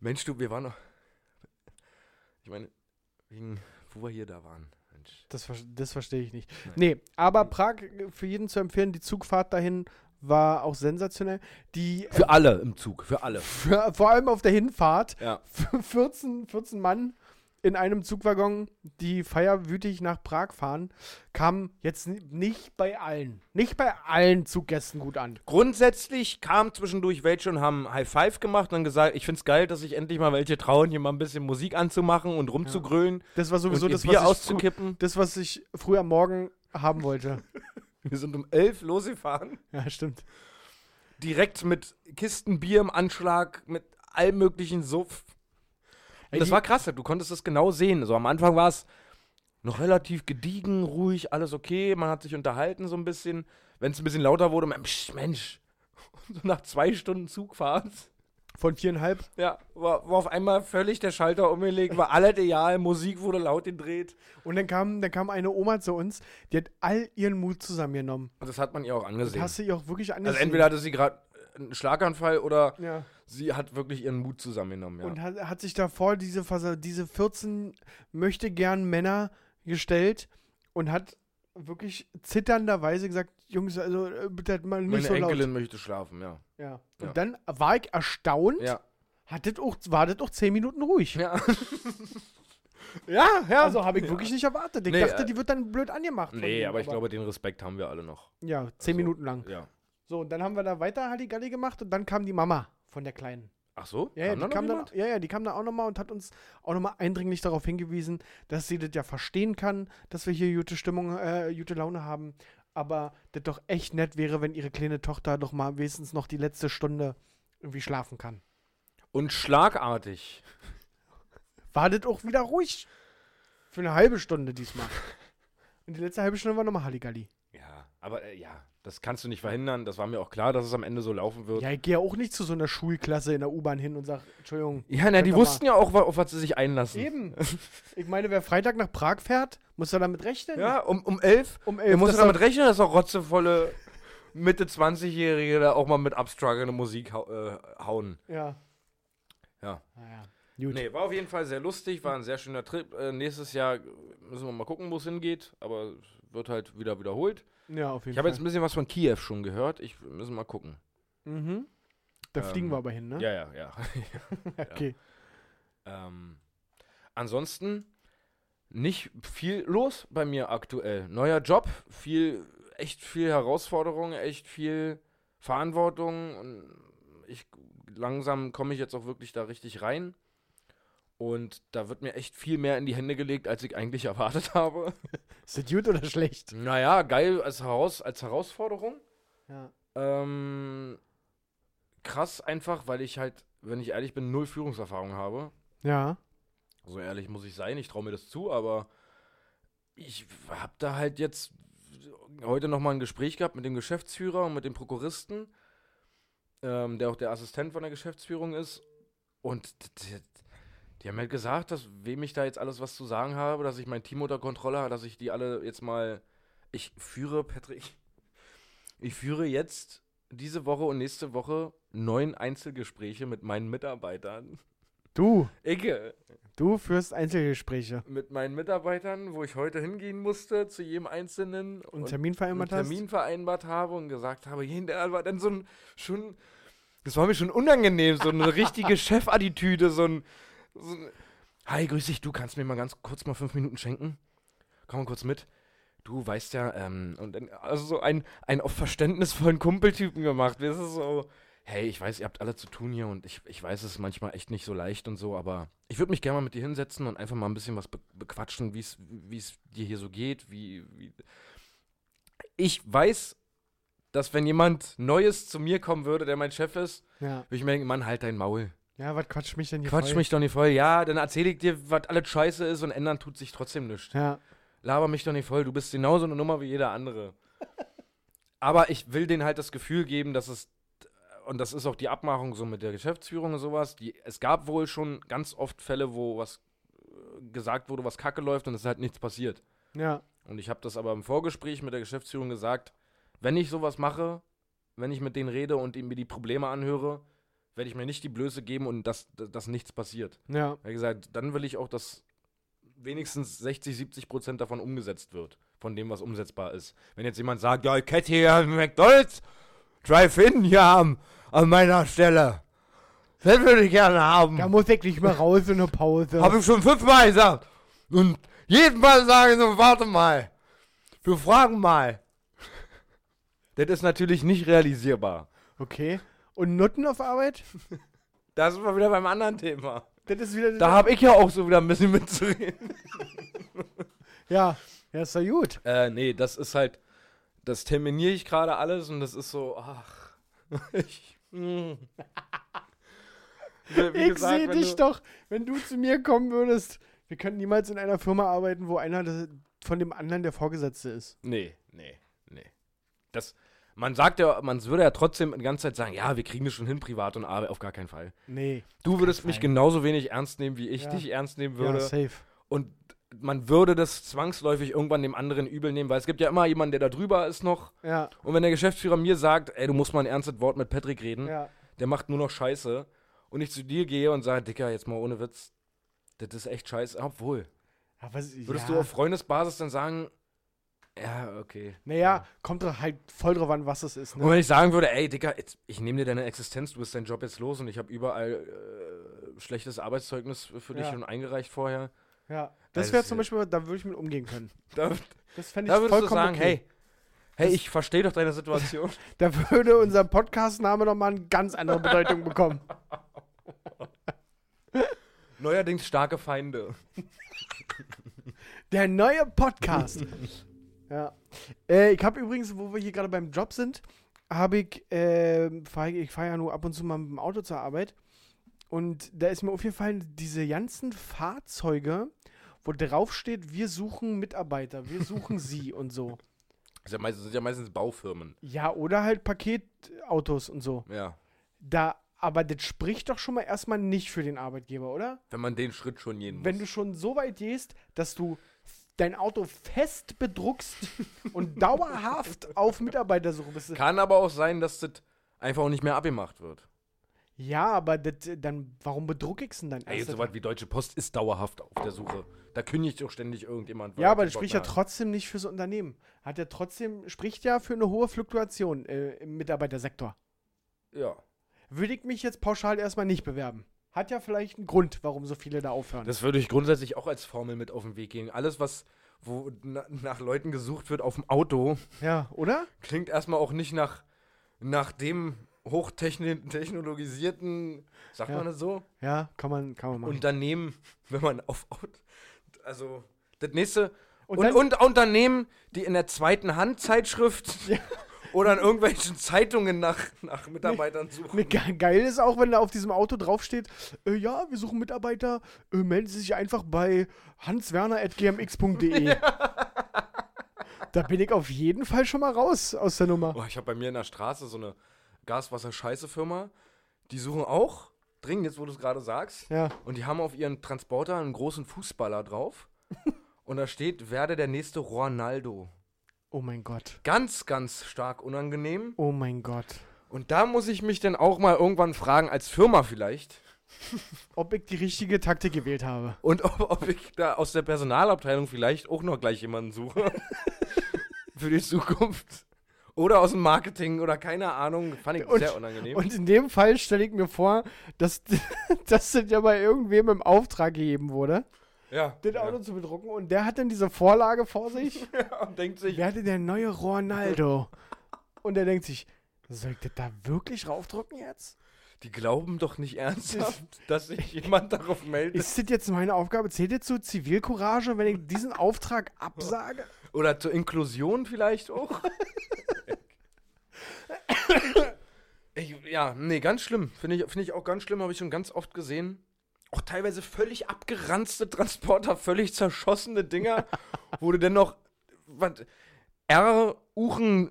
Speaker 5: Mensch, du, wir waren noch. Ich meine, wegen, wo wir hier da waren. Mensch.
Speaker 4: Das, ver- das verstehe ich nicht. Nee, aber Prag äh, für jeden zu empfehlen, die Zugfahrt dahin war auch sensationell. Die
Speaker 5: Für alle im Zug, für alle.
Speaker 4: Für, vor allem auf der Hinfahrt.
Speaker 5: Ja.
Speaker 4: 14, 14 Mann in einem Zugwaggon, die feierwütig nach Prag fahren, kam jetzt n- nicht bei allen, nicht bei allen Zuggästen gut an.
Speaker 5: Grundsätzlich kamen zwischendurch welche und haben High Five gemacht und dann gesagt, ich find's geil, dass sich endlich mal welche trauen, hier mal ein bisschen Musik anzumachen und rumzugrölen
Speaker 4: Das war sowieso
Speaker 5: und ihr
Speaker 4: das
Speaker 5: Bier
Speaker 4: was, ich, frü-
Speaker 5: auszukippen.
Speaker 4: das, was ich früh am Morgen haben
Speaker 5: *laughs*
Speaker 4: wollte.
Speaker 5: Wir sind um elf losgefahren.
Speaker 4: ja, stimmt.
Speaker 5: Direkt mit Kisten Bier im Anschlag, mit allem möglichen Suff.
Speaker 4: Ey,
Speaker 5: das
Speaker 4: die-
Speaker 5: war krass, du konntest das genau sehen. So am Anfang war es noch relativ gediegen, ruhig, alles okay. Man hat sich unterhalten so ein bisschen. Wenn es ein bisschen lauter wurde, man, psch, Mensch. *laughs* Und so nach zwei Stunden Zugfahrt, *laughs*
Speaker 4: Von viereinhalb.
Speaker 5: ja, war, war auf einmal völlig der Schalter umgelegt, war alles egal, Musik wurde laut gedreht.
Speaker 4: Und dann kam, dann kam eine Oma zu uns, die hat all ihren Mut zusammengenommen.
Speaker 5: Und das hat man ihr auch angesehen.
Speaker 4: Hast du ihr auch wirklich angesehen?
Speaker 5: Also entweder hatte sie gerade einen Schlaganfall oder
Speaker 4: Ja.
Speaker 5: sie hat wirklich ihren Mut zusammengenommen. Ja.
Speaker 4: und hat, hat sich davor diese, Versa- diese 14 möchte gern Männer gestellt und hat wirklich zitternderweise gesagt, Jungs, also äh, bitte halt mal nicht
Speaker 5: Meine
Speaker 4: so laut.
Speaker 5: Enkelin möchte
Speaker 4: *laughs*
Speaker 5: schlafen, ja.
Speaker 4: Ja. Und
Speaker 5: Ja.
Speaker 4: dann war ich erstaunt,
Speaker 5: Ja.
Speaker 4: hat das auch, war das auch 10 Minuten ruhig.
Speaker 5: Ja.
Speaker 4: Ja, ja. Also habe ich wirklich nicht erwartet. Ich
Speaker 5: Nee,
Speaker 4: dachte,
Speaker 5: äh,
Speaker 4: die wird dann blöd angemacht. von
Speaker 5: Nee,
Speaker 4: ihm,
Speaker 5: aber ich glaube, den Respekt haben wir alle noch.
Speaker 4: Ja, 10 Minuten lang.
Speaker 5: Ja.
Speaker 4: So, und dann haben wir da weiter Halligalli gemacht und dann kam die Mama von der Kleinen.
Speaker 5: Ach so?
Speaker 4: Ja, ja,
Speaker 5: Kam da
Speaker 4: die
Speaker 5: noch
Speaker 4: kam dann,
Speaker 5: jemand?
Speaker 4: ja, ja, die kam dann auch nochmal und hat uns auch nochmal eindringlich darauf hingewiesen, dass sie das ja verstehen kann, dass wir hier gute Stimmung, äh, gute Laune haben. Aber das doch echt nett wäre, wenn ihre kleine Tochter doch mal wenigstens noch die letzte Stunde irgendwie schlafen kann.
Speaker 5: Und schlagartig.
Speaker 4: War das auch wieder ruhig. Für eine halbe Stunde
Speaker 5: *laughs*
Speaker 4: diesmal. Und die letzte halbe Stunde war nochmal Halligalli.
Speaker 5: Ja, aber äh, ja, das kannst du nicht verhindern. Das war mir auch klar, dass es am Ende so laufen wird.
Speaker 4: Ja, ich gehe ja auch nicht zu so einer Schulklasse in der U-Bahn hin und sage, Entschuldigung.
Speaker 5: Ja, na,
Speaker 4: könnt
Speaker 5: die
Speaker 4: ihr
Speaker 5: wussten ja auch, wa- auf was sie sich einlassen.
Speaker 4: Eben. Ich meine, wer Freitag nach Prag fährt, muss er damit rechnen.
Speaker 5: Ja, um, um elf.
Speaker 4: Um
Speaker 5: Ihr
Speaker 4: elf.
Speaker 5: musst
Speaker 4: dass
Speaker 5: damit rechnen, dass auch rotzevolle Mitte 20-Jährige da auch mal mit abstruggelnde Musik hau äh, hauen.
Speaker 4: er- ja.
Speaker 5: Ja.
Speaker 4: Naja. Gut.
Speaker 5: Nee, war auf jeden Fall sehr lustig, war ein sehr schöner Trip. Äh, nächstes Jahr müssen wir mal gucken, wo es hingeht, aber wird halt wieder wiederholt.
Speaker 4: Ja, auf jeden
Speaker 5: Ich habe
Speaker 4: Fall.
Speaker 5: jetzt ein bisschen was von Kiew schon gehört. Ich wir müssen mal gucken.
Speaker 4: Mhm. Da
Speaker 5: Ähm,
Speaker 4: fliegen wir aber hin, ne?
Speaker 5: Ja, ja, *laughs* ja.
Speaker 4: okay.
Speaker 5: ähm, ansonsten nicht viel los bei mir aktuell. Neuer Job, viel, echt viel Herausforderung, echt viel Verantwortung. Und ich langsam komme ich jetzt auch wirklich da richtig rein. Und da wird mir echt viel mehr in die Hände gelegt, als ich eigentlich erwartet *laughs* habe.
Speaker 4: Ist das gut oder schlecht?
Speaker 5: Naja, geil als, Heraus als Herausforderung.
Speaker 4: Ja.
Speaker 5: Ähm, krass einfach, weil ich halt, wenn ich ehrlich bin, null Führungserfahrung habe.
Speaker 4: Ja.
Speaker 5: So ehrlich muss ich sein, ich traue mir das zu, aber ich habe da halt jetzt heute nochmal ein Gespräch gehabt mit dem Geschäftsführer und mit dem Prokuristen, ähm, der auch der Assistent von der Geschäftsführung ist. Und d- d- die haben halt gesagt, dass wem ich da jetzt alles was zu sagen habe, dass ich mein Team unter Kontrolle habe, dass ich die alle jetzt mal. Ich führe, Patrick, *laughs* ich führe jetzt diese Woche und nächste Woche neun Einzelgespräche mit meinen Mitarbeitern.
Speaker 4: Du,
Speaker 5: Icke,
Speaker 4: du führst Einzelgespräche
Speaker 5: mit meinen Mitarbeitern, wo ich heute hingehen musste, zu jedem Einzelnen
Speaker 4: und, Termin vereinbart
Speaker 5: einen
Speaker 4: hast.
Speaker 5: Termin vereinbart habe und gesagt habe, jeden, der war dann so
Speaker 4: *laughs*
Speaker 5: ein schon, das war mir schon unangenehm, so eine richtige Chefattitüde, so ein, So ein- Hi, grüß dich, du kannst mir mal ganz kurz mal fünf Minuten schenken? Komm mal kurz mit. Du weißt ja, ähm, und dann, also so ein, ein auf Verständnis von Kumpeltypen gemacht. Das ist so, hey, ich weiß, ihr habt alle zu tun hier und ich, ich weiß, es ist manchmal echt nicht so leicht und so, aber ich würde mich gerne mal mit dir hinsetzen und einfach mal ein bisschen was be bequatschen, wie es wie es dir hier so geht, wie, wie. Ich weiß, dass wenn jemand Neues zu mir kommen würde, der mein Chef ist,
Speaker 4: Ja,
Speaker 5: würde ich mir denken, Mann, halt dein Maul.
Speaker 4: ja was quatscht mich denn hier
Speaker 5: Quatsch
Speaker 4: voll?
Speaker 5: mich doch nicht voll. Ja, dann erzähl ich dir, was alles scheiße ist und ändern tut sich trotzdem nichts.
Speaker 4: Ja,
Speaker 5: Laber mich doch nicht voll. Du bist genauso eine Nummer wie jeder andere. Aber ich will denen halt das Gefühl geben, dass es, und das ist auch die Abmachung so mit der Geschäftsführung und sowas, die, es gab wohl schon ganz oft Fälle, wo was äh, gesagt wurde, was kacke läuft und es ist halt nichts passiert.
Speaker 4: ja,
Speaker 5: Und ich habe das aber im Vorgespräch mit der Geschäftsführung gesagt, wenn ich sowas mache, wenn ich mit denen rede und ihnen mir die Probleme anhöre, werde ich mir nicht die Blöße geben und dass, dass nichts passiert.
Speaker 4: ja,
Speaker 5: Er hat gesagt, dann will ich auch, dass wenigstens 60, 70 Prozent davon umgesetzt wird, von dem, was umsetzbar ist. Wenn jetzt jemand sagt, ja, ich hätte hier einen McDonalds Drive-In hier haben, an meiner Stelle. Das würde ich gerne haben.
Speaker 4: Da muss ich nicht mehr raus in eine Pause.
Speaker 5: Habe ich schon fünfmal gesagt. Und jedes Mal sage ich so, warte mal. Wir fragen mal. *laughs* Das ist natürlich nicht realisierbar.
Speaker 4: Okay. Und Nutten auf Arbeit?
Speaker 5: Da sind wir wieder beim anderen Thema.
Speaker 4: Das ist wieder.
Speaker 5: Da habe ich ja auch so wieder ein bisschen mitzureden.
Speaker 4: ja, ja, ist doch gut.
Speaker 5: *laughs* Äh, nee, das ist halt, das terminiere ich gerade alles und das ist so, ach. *laughs* Ich, mm. Wie
Speaker 4: Ich
Speaker 5: gesagt,
Speaker 4: sehe
Speaker 5: wenn
Speaker 4: dich
Speaker 5: du-
Speaker 4: doch, wenn du zu mir kommen würdest. Wir können niemals in einer Firma arbeiten, wo einer das- von dem anderen der Vorgesetzte ist.
Speaker 5: Nee, nee, nee. Das, man sagt ja, man würde ja trotzdem die ganze Zeit sagen, ja, wir kriegen das schon hin, privat und Arbeit, auf gar keinen Fall.
Speaker 4: Nee.
Speaker 5: Du würdest mich
Speaker 4: Fall.
Speaker 5: genauso wenig ernst nehmen, wie ich
Speaker 4: Ja.
Speaker 5: dich ernst nehmen
Speaker 4: Ja,
Speaker 5: würde.
Speaker 4: safe.
Speaker 5: und man würde das zwangsläufig irgendwann dem anderen übel nehmen, weil es gibt ja immer jemanden, der da drüber ist noch.
Speaker 4: Ja,
Speaker 5: Und wenn der Geschäftsführer mir sagt, ey, du musst mal ein ernstes Wort mit Patrick reden,
Speaker 4: ja.
Speaker 5: der macht nur noch Scheiße. Und ich zu dir gehe und sage, Dicker, jetzt mal ohne Witz, das ist echt scheiße. Obwohl,
Speaker 4: Aber
Speaker 5: würdest
Speaker 4: ja.
Speaker 5: du auf Freundesbasis dann sagen, ja, okay.
Speaker 4: Naja, kommt doch halt voll drauf an, was es ist.
Speaker 5: Und
Speaker 4: Ne?
Speaker 5: wenn ich sagen würde, ey, Dicker, jetzt, ich nehme dir deine Existenz, du bist deinen Job jetzt los und ich habe überall äh, schlechtes Arbeitszeugnis für dich
Speaker 4: Ja.
Speaker 5: schon eingereicht vorher.
Speaker 4: Ja. Das
Speaker 5: Also,
Speaker 4: wäre zum Beispiel, da würde ich mit umgehen können.
Speaker 5: Da,
Speaker 4: Das fände ich
Speaker 5: da würdest du
Speaker 4: vollkommen
Speaker 5: sagen,
Speaker 4: okay.
Speaker 5: hey, hey,
Speaker 4: Das-
Speaker 5: ich verstehe doch deine Situation.
Speaker 4: Da würde unser Podcast-Name nochmal eine ganz andere Bedeutung bekommen.
Speaker 5: Neuerdings starke Feinde.
Speaker 4: Der neue Podcast. ja. Äh, ich habe übrigens, wo wir hier gerade beim Job sind, habe ich, ähm, fahr ich, ich fahre ja nur ab und zu mal mit dem Auto zur Arbeit. Und da ist mir aufgefallen, diese ganzen Fahrzeuge, wo drauf steht, wir suchen Mitarbeiter, wir suchen sie und so.
Speaker 5: Das sind ja meistens, sind ja meistens Baufirmen.
Speaker 4: Ja, oder halt Paketautos und so.
Speaker 5: Ja.
Speaker 4: Da, aber das spricht doch schon mal erstmal nicht für den Arbeitgeber, oder?
Speaker 5: Wenn man den Schritt schon gehen muss.
Speaker 4: Wenn du schon so weit gehst, dass du dein Auto fest
Speaker 5: *laughs*
Speaker 4: bedruckst und dauerhaft auf Mitarbeitersuche bist.
Speaker 5: Kann aber auch sein, dass das einfach auch nicht mehr abgemacht wird.
Speaker 4: Ja, aber das, äh, dann, warum bedruck ich's denn dann
Speaker 5: Ey,
Speaker 4: erst?
Speaker 5: sowas wie Deutsche Post ist dauerhaft auf der Suche. Da kündigt doch ständig irgendjemand. weil
Speaker 4: ja,
Speaker 5: er
Speaker 4: aber
Speaker 5: keinen
Speaker 4: das
Speaker 5: Bock
Speaker 4: spricht ja
Speaker 5: mehr hat.
Speaker 4: trotzdem nicht fürs Unternehmen. Hat ja trotzdem, spricht ja für eine hohe Fluktuation äh, im Mitarbeitersektor.
Speaker 5: Ja.
Speaker 4: Würde ich mich jetzt pauschal erstmal nicht bewerben. Hat ja vielleicht einen Grund, warum so viele da aufhören.
Speaker 5: Das würde ich grundsätzlich auch als Formel mit auf den Weg gehen. Alles, was wo na, nach Leuten gesucht wird auf dem Auto,
Speaker 4: ja, oder?
Speaker 5: klingt erstmal auch nicht nach, nach dem hochtechnologisierten, sagt
Speaker 4: Ja.
Speaker 5: man das so?
Speaker 4: Ja, kann man, kann man machen.
Speaker 5: Unternehmen, *laughs* wenn man auf Aut- also das nächste
Speaker 4: Und
Speaker 5: und, und,
Speaker 4: dann-
Speaker 5: Unternehmen, die in der zweiten
Speaker 4: *laughs*
Speaker 5: Hand Zeitschrift *laughs* oder in irgendwelchen Zeitungen nach, nach Mitarbeitern suchen.
Speaker 4: Ne, ge- geil ist auch, wenn da auf diesem Auto draufsteht, äh, ja, wir suchen Mitarbeiter, äh, melden Sie sich einfach bei hanswerner.gmx.de. e. Da bin ich auf jeden Fall schon mal raus aus der Nummer.
Speaker 5: Oh, ich habe bei mir in der Straße so eine Gaswasser-Scheiße-Firma, die suchen auch dringend, jetzt wo du es gerade sagst,
Speaker 4: Ja,
Speaker 5: und die haben auf ihren Transporter einen großen Fußballer
Speaker 4: *laughs*
Speaker 5: drauf und da steht, werde der nächste Ronaldo.
Speaker 4: oh mein Gott,
Speaker 5: Ganz, ganz stark unangenehm.
Speaker 4: oh mein Gott.
Speaker 5: Und da muss ich mich dann auch mal irgendwann fragen, als Firma vielleicht,
Speaker 4: Ob ich die richtige Taktik gewählt habe.
Speaker 5: Und ob, ob ich da aus
Speaker 4: *laughs*
Speaker 5: der Personalabteilung vielleicht auch noch gleich jemanden suche. für die Zukunft. oder aus dem Marketing oder keine Ahnung. Fand ich
Speaker 4: Und-
Speaker 5: sehr unangenehm.
Speaker 4: Und in dem Fall stelle ich mir vor, dass *laughs* das sind ja bei irgendwem im Auftrag gegeben wurde,
Speaker 5: ja.
Speaker 4: den Auto zu bedrucken. Und der hat dann diese Vorlage vor sich.
Speaker 5: ja. Und denkt sich,
Speaker 4: Wer hatte der neue Ronaldo? Und er denkt sich, soll ich das da wirklich raufdrucken jetzt?
Speaker 5: die glauben doch
Speaker 4: *laughs*
Speaker 5: nicht ernsthaft, dass sich jemand darauf meldet.
Speaker 4: Ist das jetzt meine Aufgabe? Zählt jetzt so Zivilcourage, wenn ich diesen Auftrag absage?
Speaker 5: Oder zur Inklusion
Speaker 4: *laughs*
Speaker 5: vielleicht auch. ich, ja, nee, ganz schlimm. Finde ich, finde ich auch ganz schlimm, habe ich schon ganz oft gesehen. Auch teilweise völlig abgeranzte Transporter, völlig zerschossene Dinger, wo du denn noch was, R, Uchen,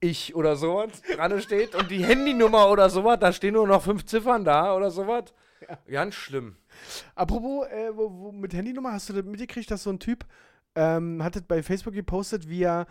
Speaker 5: ich oder sowas dran steht und die Handynummer oder sowas, da stehen nur noch fünf Ziffern da oder sowas. Ganz schlimm.
Speaker 4: Apropos, äh, wo, wo, mit Handynummer hast du das mitgekriegt, dass so ein Typ ähm, hat das bei Facebook gepostet, wie er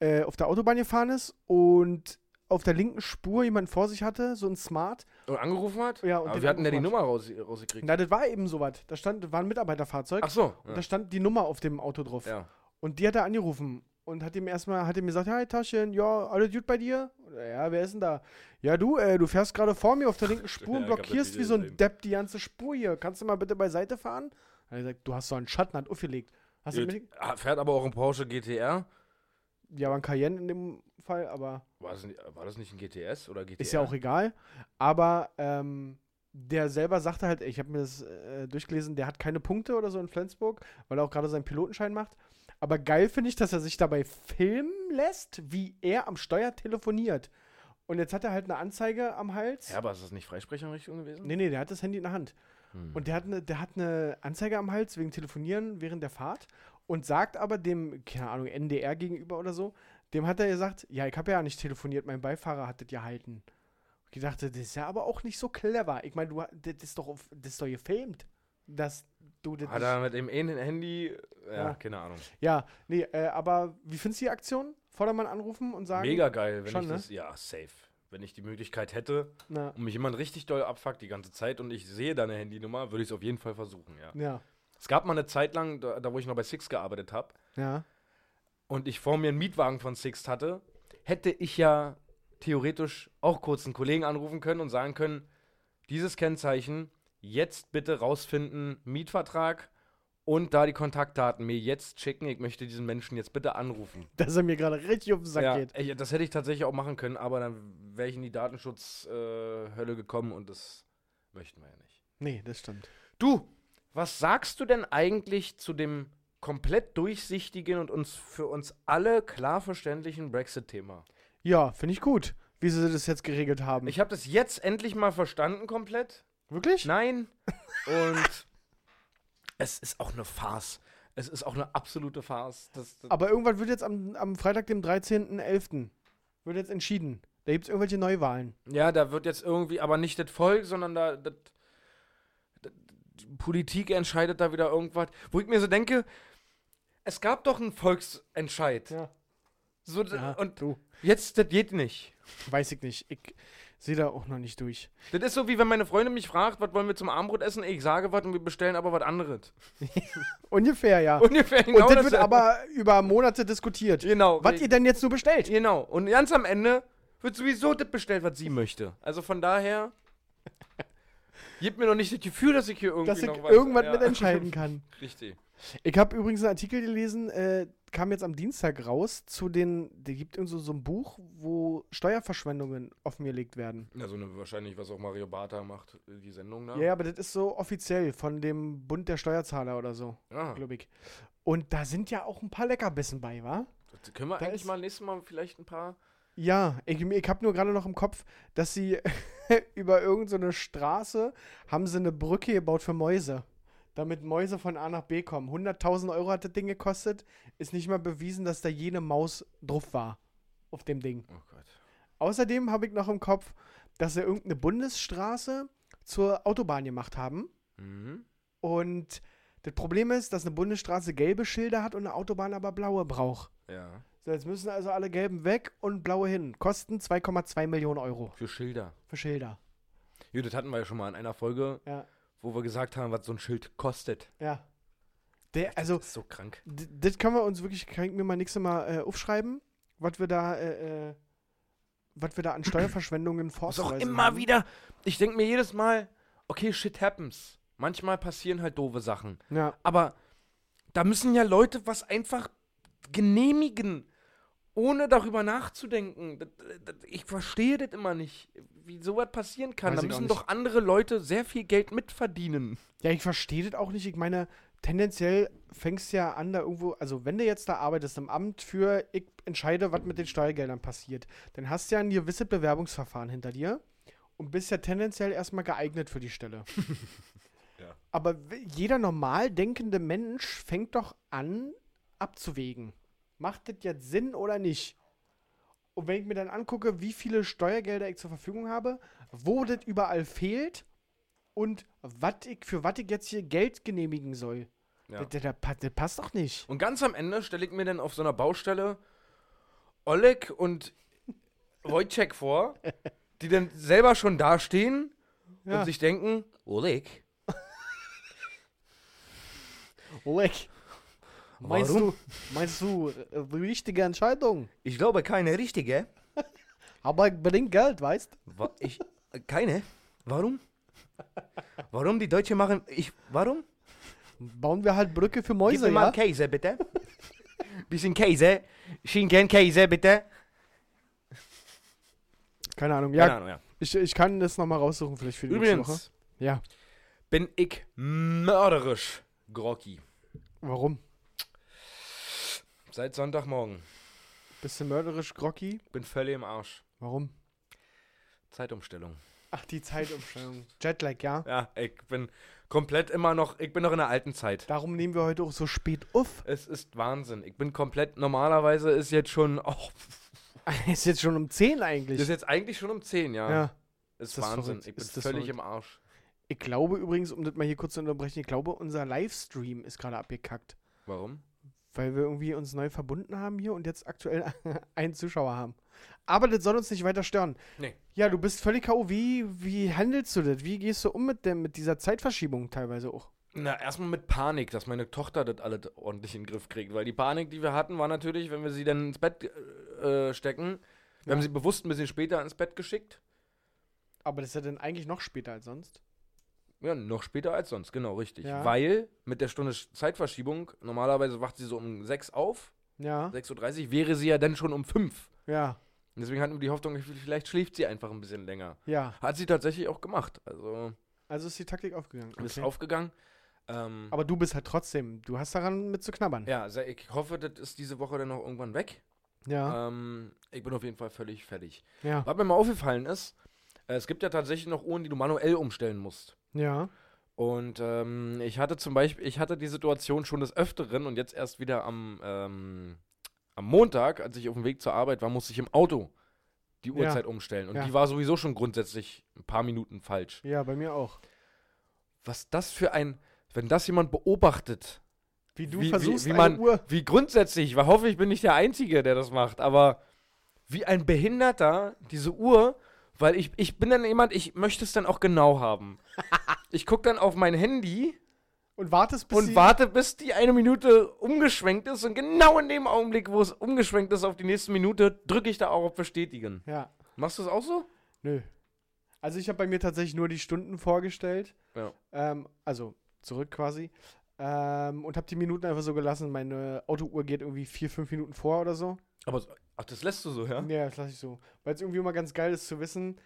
Speaker 4: äh, auf der Autobahn gefahren ist und auf der linken Spur jemanden vor sich hatte, so ein Smart.
Speaker 5: Und angerufen hat?
Speaker 4: Ja, und
Speaker 5: und Aber
Speaker 4: den
Speaker 5: wir hatten ja die
Speaker 4: angerufen
Speaker 5: Nummer raus, rausgekriegt.
Speaker 4: Na, das war eben sowas. Da stand, das war ein Mitarbeiterfahrzeug.
Speaker 5: Ach so.
Speaker 4: Und da stand die Nummer auf dem Auto drauf.
Speaker 5: Ja. ja.
Speaker 4: Und die hat er angerufen und hat ihm erstmal, hat ihm gesagt, hi Taschen, ja, alles gut bei dir? Oder, ja, wer ist denn da? Ja, du, äh, du fährst gerade vor mir auf der
Speaker 5: *laughs*
Speaker 4: linken Spur und
Speaker 5: ich hab das
Speaker 4: blockierst
Speaker 5: Video
Speaker 4: wie so ein
Speaker 5: gesehen.
Speaker 4: Depp die ganze Spur hier. Kannst du mal bitte beiseite fahren? Hat er gesagt, du hast so einen Schatten, hat aufgelegt. Hast du mit,
Speaker 5: Ah, Fährt aber auch ein Porsche GTR.
Speaker 4: ja, war ein Cayenne in dem Fall, aber
Speaker 5: War das, nicht- war das nicht ein GTS oder GTR?
Speaker 4: ist ja auch egal. Aber ähm, der selber sagte halt, ich habe mir das äh, durchgelesen, der hat keine Punkte oder so in Flensburg, weil er auch gerade seinen Pilotenschein macht. Aber geil finde ich, dass er sich dabei filmen lässt, wie er am Steuer telefoniert. Und jetzt hat er halt eine Anzeige am Hals.
Speaker 5: Ja, aber ist das nicht Freisprecheinrichtung gewesen?
Speaker 4: Nee, nee, der hat das Handy in der Hand.
Speaker 5: Hm.
Speaker 4: Und der hat, eine, der hat eine Anzeige am Hals wegen Telefonieren während der Fahrt und sagt aber dem, keine Ahnung, NDR gegenüber oder so, dem hat er gesagt, ja, ich habe ja nicht telefoniert, mein Beifahrer hat das gehalten. Ich dachte, das ist ja aber auch nicht so clever. Ich meine, du, das ist doch, auf- das ist doch gefilmt, dass du das
Speaker 5: Hat
Speaker 4: nicht-
Speaker 5: er mit dem einen Handy. Ja,
Speaker 4: Ja.
Speaker 5: keine Ahnung.
Speaker 4: Ja, nee, äh, aber wie findest du die Aktion? Vordermann anrufen und sagen,
Speaker 5: Mega geil, wenn
Speaker 4: Schon,
Speaker 5: ich
Speaker 4: ne?
Speaker 5: das. Ja, safe. Wenn ich die Möglichkeit hätte
Speaker 4: Na,
Speaker 5: und mich jemand richtig doll abfuckt die ganze Zeit und ich sehe deine Handynummer, würde ich es auf jeden Fall versuchen, ja.
Speaker 4: ja,
Speaker 5: Es gab mal eine Zeit lang, da, da wo ich noch bei Six gearbeitet habe
Speaker 4: ja,
Speaker 5: und ich vor mir einen Mietwagen von Six hatte, hätte ich ja theoretisch auch kurz einen Kollegen anrufen können und sagen können, dieses Kennzeichen jetzt bitte rausfinden, Mietvertrag und da die Kontaktdaten mir jetzt schicken. Ich möchte diesen Menschen jetzt bitte anrufen.
Speaker 4: dass er mir gerade richtig auf den Sack
Speaker 5: Ja,
Speaker 4: geht.
Speaker 5: ey, das hätte ich tatsächlich auch machen können, aber dann wäre ich in die Datenschutzhölle äh, Hölle gekommen und das möchten wir ja nicht.
Speaker 4: Nee, das stimmt.
Speaker 5: Du, was sagst du denn eigentlich zu dem komplett durchsichtigen und uns für uns alle klar verständlichen Brexit-Thema?
Speaker 4: Ja, finde ich gut, wie sie das jetzt geregelt haben.
Speaker 5: Ich habe das jetzt endlich mal verstanden komplett.
Speaker 4: Wirklich? *laughs*
Speaker 5: Nein. Und es ist auch eine Farce. Es ist auch eine absolute Farce. Das, das,
Speaker 4: Aber irgendwann wird jetzt am, am Freitag, dem 13.11., wird jetzt entschieden. Da gibt es irgendwelche Neuwahlen.
Speaker 5: ja, da wird jetzt irgendwie, aber nicht das Volk, sondern da, das, das, die Politik entscheidet da wieder irgendwas. Wo ich mir so denke, es gab doch einen Volksentscheid.
Speaker 4: Ja.
Speaker 5: So,
Speaker 4: Ja,
Speaker 5: und
Speaker 4: du.
Speaker 5: Jetzt, das geht nicht.
Speaker 4: Weiß ich nicht. Ich sehe da auch noch nicht durch.
Speaker 5: Das ist so, wie wenn meine Freundin mich fragt, was wollen wir zum Abendbrot essen? Ich sage was und wir bestellen aber was anderes.
Speaker 4: Ungefähr, ja. *laughs*
Speaker 5: Ungefähr
Speaker 4: Und genau das wird
Speaker 5: dasselbe.
Speaker 4: aber über Monate diskutiert.
Speaker 5: Genau.
Speaker 4: Was ihr denn jetzt so bestellt?
Speaker 5: genau. Und ganz am Ende wird sowieso das bestellt, was sie möchte. Also von
Speaker 4: *laughs*
Speaker 5: daher. Gibt mir noch nicht das Gefühl, dass ich hier irgendwie
Speaker 4: Dass genau, ich
Speaker 5: noch was-
Speaker 4: irgendwas *laughs*
Speaker 5: ja. *laughs*
Speaker 4: mitentscheiden kann.
Speaker 5: Richtig.
Speaker 4: Ich habe übrigens einen Artikel gelesen, äh, kam jetzt am Dienstag raus, zu den, da gibt es so, so ein Buch, wo Steuerverschwendungen offengelegt werden.
Speaker 5: Also eine, wahrscheinlich, was auch Mario Bartha macht, die Sendung da.
Speaker 4: Ja, ja, aber das ist so offiziell von dem Bund der Steuerzahler oder so.
Speaker 5: Ah,
Speaker 4: glaube ich. Und da sind ja auch ein paar Leckerbissen bei, wa?
Speaker 5: das können wir
Speaker 4: Da
Speaker 5: eigentlich
Speaker 4: ist-
Speaker 5: mal nächstes Mal vielleicht ein paar.
Speaker 4: Ja, ich, ich habe nur gerade noch im Kopf, dass sie *laughs* über irgendeine so eine Straße haben sie eine Brücke gebaut für Mäuse. Damit Mäuse von A nach B kommen. 100.000 Euro hat das Ding gekostet. Ist nicht mal bewiesen, dass da jene Maus drauf war. Auf dem Ding.
Speaker 5: Oh Gott.
Speaker 4: Außerdem habe ich noch im Kopf, dass sie irgendeine Bundesstraße zur Autobahn gemacht haben.
Speaker 5: Mhm.
Speaker 4: Und das Problem ist, dass eine Bundesstraße gelbe Schilder hat und eine Autobahn aber blaue braucht.
Speaker 5: Ja.
Speaker 4: So, jetzt müssen also alle gelben weg und blaue hin. Kosten 2,2 Millionen Euro
Speaker 5: Für Schilder.
Speaker 4: für Schilder.
Speaker 5: Ja, das hatten wir ja schon mal in einer Folge,
Speaker 4: Ja.
Speaker 5: wo wir gesagt haben, was so ein Schild kostet.
Speaker 4: Ja. Der, also,
Speaker 5: Das ist so krank.
Speaker 4: d- das können wir uns wirklich, kann ich mir mal nächstes Mal äh, aufschreiben, was wir da äh, äh, was wir da
Speaker 5: *clears throat*
Speaker 4: an Steuerverschwendungen
Speaker 5: Was auch
Speaker 4: vorzuweisen
Speaker 5: immer
Speaker 4: haben.
Speaker 5: wieder. Ich denke mir jedes Mal, okay, shit happens. Manchmal passieren halt doofe Sachen.
Speaker 4: Ja,
Speaker 5: Aber da müssen ja Leute was einfach genehmigen, ohne darüber nachzudenken. Das, das, ich verstehe das immer nicht, wie sowas passieren kann.
Speaker 4: Weiß
Speaker 5: da
Speaker 4: ich auch
Speaker 5: müssen
Speaker 4: nicht.
Speaker 5: doch andere Leute sehr viel Geld mitverdienen.
Speaker 4: ja ich verstehe das auch nicht. Ich meine, tendenziell fängst du ja an, da irgendwo, also wenn du jetzt da arbeitest im Amt für, ich entscheide, was mit den Steuergeldern passiert, dann hast du ja ein gewisses Bewerbungsverfahren hinter dir und bist ja tendenziell erstmal geeignet für die Stelle. Aber w- jeder normal denkende Mensch fängt doch an, abzuwägen. Macht das jetzt Sinn oder nicht? Und wenn ich mir dann angucke, wie viele Steuergelder ich zur Verfügung habe, wo das überall fehlt und wat ich, für was ich jetzt hier Geld genehmigen soll,
Speaker 5: Ja.
Speaker 4: das, das, das, pa- das passt doch
Speaker 5: *laughs*
Speaker 4: nicht.
Speaker 5: Und ganz am Ende stelle ich mir dann auf so einer Baustelle Oleg und Wojciech vor, die dann selber schon dastehen
Speaker 4: Ja.
Speaker 5: und sich denken, Oleg,
Speaker 4: Leck. Meinst
Speaker 5: Warum?
Speaker 4: du, meinst du, äh, die richtige Entscheidung?
Speaker 5: ich glaube keine richtige.
Speaker 4: Aber ich bring Geld, weißt?
Speaker 5: Wa ich, äh, keine? Warum? Warum die Deutsche machen, ich, warum?
Speaker 4: Bauen wir halt Brücke für
Speaker 5: Gib
Speaker 4: Mäuse,
Speaker 5: mir mal
Speaker 4: ja?
Speaker 5: Käse, bitte. *laughs* Bisschen Käse. Schinken, Käse, bitte.
Speaker 4: Keine Ahnung, ja.
Speaker 5: Keine Ahnung, ja.
Speaker 4: Ich, ich kann das nochmal raussuchen, vielleicht für die nächste Woche.
Speaker 5: Übrigens
Speaker 4: Ja,
Speaker 5: bin ich mörderisch groggy.
Speaker 4: warum?
Speaker 5: Seit Sonntagmorgen.
Speaker 4: Bisschen mörderisch, groggy.
Speaker 5: Bin völlig im Arsch.
Speaker 4: Warum?
Speaker 5: Zeitumstellung.
Speaker 4: Ach, die Zeitumstellung. Jetlag, ja.
Speaker 5: Ja, ich bin komplett immer noch, ich bin noch in der alten Zeit.
Speaker 4: Darum nehmen wir heute auch so spät auf. *laughs*
Speaker 5: Es ist Wahnsinn. Ich bin komplett, normalerweise ist jetzt schon, oh,
Speaker 4: ist jetzt schon um 10
Speaker 5: ist
Speaker 4: eigentlich.
Speaker 5: jetzt eigentlich schon um 10, ja.
Speaker 4: ja.
Speaker 5: Ist,
Speaker 4: das
Speaker 5: Wahnsinn.
Speaker 4: verrückt?
Speaker 5: Ich bin
Speaker 4: Ist das
Speaker 5: völlig
Speaker 4: verrückt?
Speaker 5: im Arsch.
Speaker 4: Ich glaube übrigens, um das mal hier kurz zu unterbrechen, ich glaube, unser Livestream ist gerade abgekackt.
Speaker 5: Warum?
Speaker 4: Weil wir irgendwie uns neu verbunden haben hier und jetzt aktuell *laughs* einen Zuschauer haben. Aber das soll uns nicht weiter stören.
Speaker 5: Nee.
Speaker 4: Ja, du bist völlig K.O. Wie, wie handelst du das? Wie gehst du um mit, dem, mit dieser Zeitverschiebung teilweise auch?
Speaker 5: Na, erstmal mit Panik, dass meine Tochter das alles ordentlich in den Griff kriegt. Weil die Panik, die wir hatten, war natürlich, wenn wir sie dann ins Bett äh, stecken. Wir haben sie bewusst ein bisschen später ins Bett geschickt.
Speaker 4: Aber das ist ja dann eigentlich noch später als sonst.
Speaker 5: Ja, noch später als sonst, genau, richtig.
Speaker 4: Ja.
Speaker 5: Weil mit der Stunde Sch- Zeitverschiebung, normalerweise wacht sie so um 6 auf,
Speaker 4: Ja,
Speaker 5: 6.30 Uhr, wäre sie ja dann schon um 5.
Speaker 4: ja,
Speaker 5: Und deswegen hatten wir die Hoffnung, vielleicht schläft sie einfach ein bisschen länger.
Speaker 4: ja.
Speaker 5: Hat sie tatsächlich auch gemacht. Also
Speaker 4: Also ist die Taktik aufgegangen.
Speaker 5: ist
Speaker 4: Okay.
Speaker 5: aufgegangen. Ähm,
Speaker 4: Aber du bist halt trotzdem, du hast daran mit zu knabbern.
Speaker 5: ja, sehr- ich hoffe, das ist diese Woche dann noch irgendwann weg.
Speaker 4: Ja,
Speaker 5: Ähm, ich bin auf jeden Fall völlig fertig.
Speaker 4: ja,
Speaker 5: Was mir mal aufgefallen ist, äh, es gibt ja tatsächlich noch Uhren, die du manuell umstellen musst.
Speaker 4: ja.
Speaker 5: Und ähm, ich hatte zum Beispiel, ich hatte die Situation schon des Öfteren und jetzt erst wieder am, ähm, am Montag, als ich auf dem Weg zur Arbeit war, musste ich im Auto die Uhrzeit umstellen. Und
Speaker 4: Ja.
Speaker 5: die war sowieso schon grundsätzlich ein paar Minuten falsch.
Speaker 4: Ja, bei mir auch.
Speaker 5: Was das für ein, wenn das jemand beobachtet,
Speaker 4: Wie du
Speaker 5: Wie- wie-
Speaker 4: versuchst,
Speaker 5: wie
Speaker 4: eine
Speaker 5: man-
Speaker 4: Uhr.
Speaker 5: wie grundsätzlich, ich hoffe, ich bin nicht der Einzige, der das macht, aber wie ein Behinderter diese Uhr, weil ich, ich bin dann jemand, ich möchte es dann auch genau haben.
Speaker 4: *laughs*
Speaker 5: Ich gucke dann auf mein Handy
Speaker 4: Und wartest, bis
Speaker 5: und
Speaker 4: sie-
Speaker 5: warte, bis die eine Minute umgeschwenkt ist und genau in dem Augenblick, wo es umgeschwenkt ist auf die nächste Minute, drücke ich da auch auf Bestätigen.
Speaker 4: Ja,
Speaker 5: Machst du es auch so?
Speaker 4: nö. Also ich habe bei mir tatsächlich nur die Stunden vorgestellt.
Speaker 5: Ja.
Speaker 4: Ähm, also zurück quasi. Ähm, und habe die Minuten einfach so gelassen. Meine Autouhr geht irgendwie vier, fünf Minuten vor oder so.
Speaker 5: Aber so- ach, das lässt du so, ja?
Speaker 4: Ja, das lasse ich so. Weil es irgendwie immer ganz geil ist zu wissen,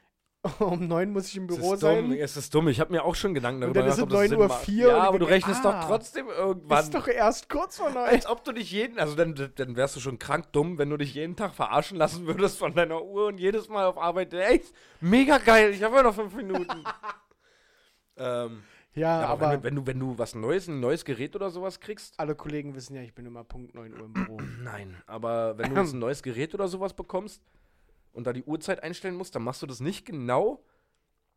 Speaker 4: *laughs* um neun muss ich im
Speaker 5: Es
Speaker 4: Büro
Speaker 5: ist
Speaker 4: sein.
Speaker 5: dumm, es ist dumm. Ich habe mir auch schon Gedanken
Speaker 4: Und
Speaker 5: darüber
Speaker 4: dann ist
Speaker 5: gemacht,
Speaker 4: es
Speaker 5: ob das
Speaker 4: 9
Speaker 5: Sinn
Speaker 4: Uhr
Speaker 5: macht.
Speaker 4: vier und
Speaker 5: Ja,
Speaker 4: ich
Speaker 5: aber du
Speaker 4: denk,
Speaker 5: rechnest
Speaker 4: ah,
Speaker 5: doch trotzdem irgendwann.
Speaker 4: Ist doch erst kurz vor neun.
Speaker 5: Als ob du dich jeden, also dann, dann wärst du schon krank dumm, wenn du dich jeden Tag verarschen lassen würdest von deiner Uhr und jedes Mal auf Arbeit, ey, mega geil, ich habe ja noch
Speaker 4: *laughs*
Speaker 5: fünf Minuten. ähm,
Speaker 4: Ja,
Speaker 5: ja, aber
Speaker 4: aber
Speaker 5: wenn, wenn, du, wenn du was Neues, ein neues Gerät oder sowas kriegst,
Speaker 4: alle Kollegen wissen ja, ich bin immer Punkt 9 Uhr im
Speaker 5: *clears throat*
Speaker 4: Büro.
Speaker 5: nein, aber wenn du jetzt ein neues Gerät oder sowas bekommst und da die Uhrzeit einstellen musst, dann machst du das nicht genau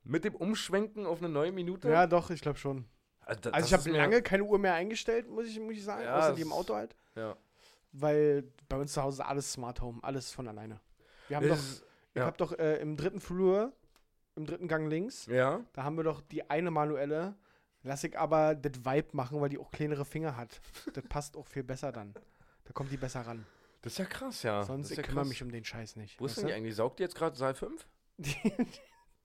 Speaker 5: mit dem Umschwenken auf eine neue Minute.
Speaker 4: ja, doch, ich glaube schon.
Speaker 5: also, da-
Speaker 4: Also
Speaker 5: das
Speaker 4: ich
Speaker 5: ist
Speaker 4: habe
Speaker 5: mir-
Speaker 4: lange keine Uhr mehr eingestellt, muss ich, muss ich sagen,
Speaker 5: Ja,
Speaker 4: außer
Speaker 5: das
Speaker 4: die im
Speaker 5: ist-
Speaker 4: Auto halt.
Speaker 5: Ja.
Speaker 4: Weil bei uns zu Hause alles Smart Home, alles von alleine. Wir haben
Speaker 5: Es
Speaker 4: doch,
Speaker 5: ist-
Speaker 4: ich
Speaker 5: ja.
Speaker 4: hab doch äh, im dritten Flur, im dritten Gang links,
Speaker 5: ja.
Speaker 4: da haben wir doch die eine manuelle. Lass ich aber das Vibe machen, weil die auch kleinere Finger hat. Das passt auch viel besser dann. Da kommt die besser ran.
Speaker 5: Das ist ja krass, ja.
Speaker 4: Sonst
Speaker 5: das
Speaker 4: ich
Speaker 5: ist ja
Speaker 4: kümmere
Speaker 5: krass.
Speaker 4: mich um den Scheiß nicht.
Speaker 5: Wo ist
Speaker 4: weißt
Speaker 5: denn die
Speaker 4: du?
Speaker 5: eigentlich? Saugt die jetzt gerade Saal 5?
Speaker 4: *laughs* die,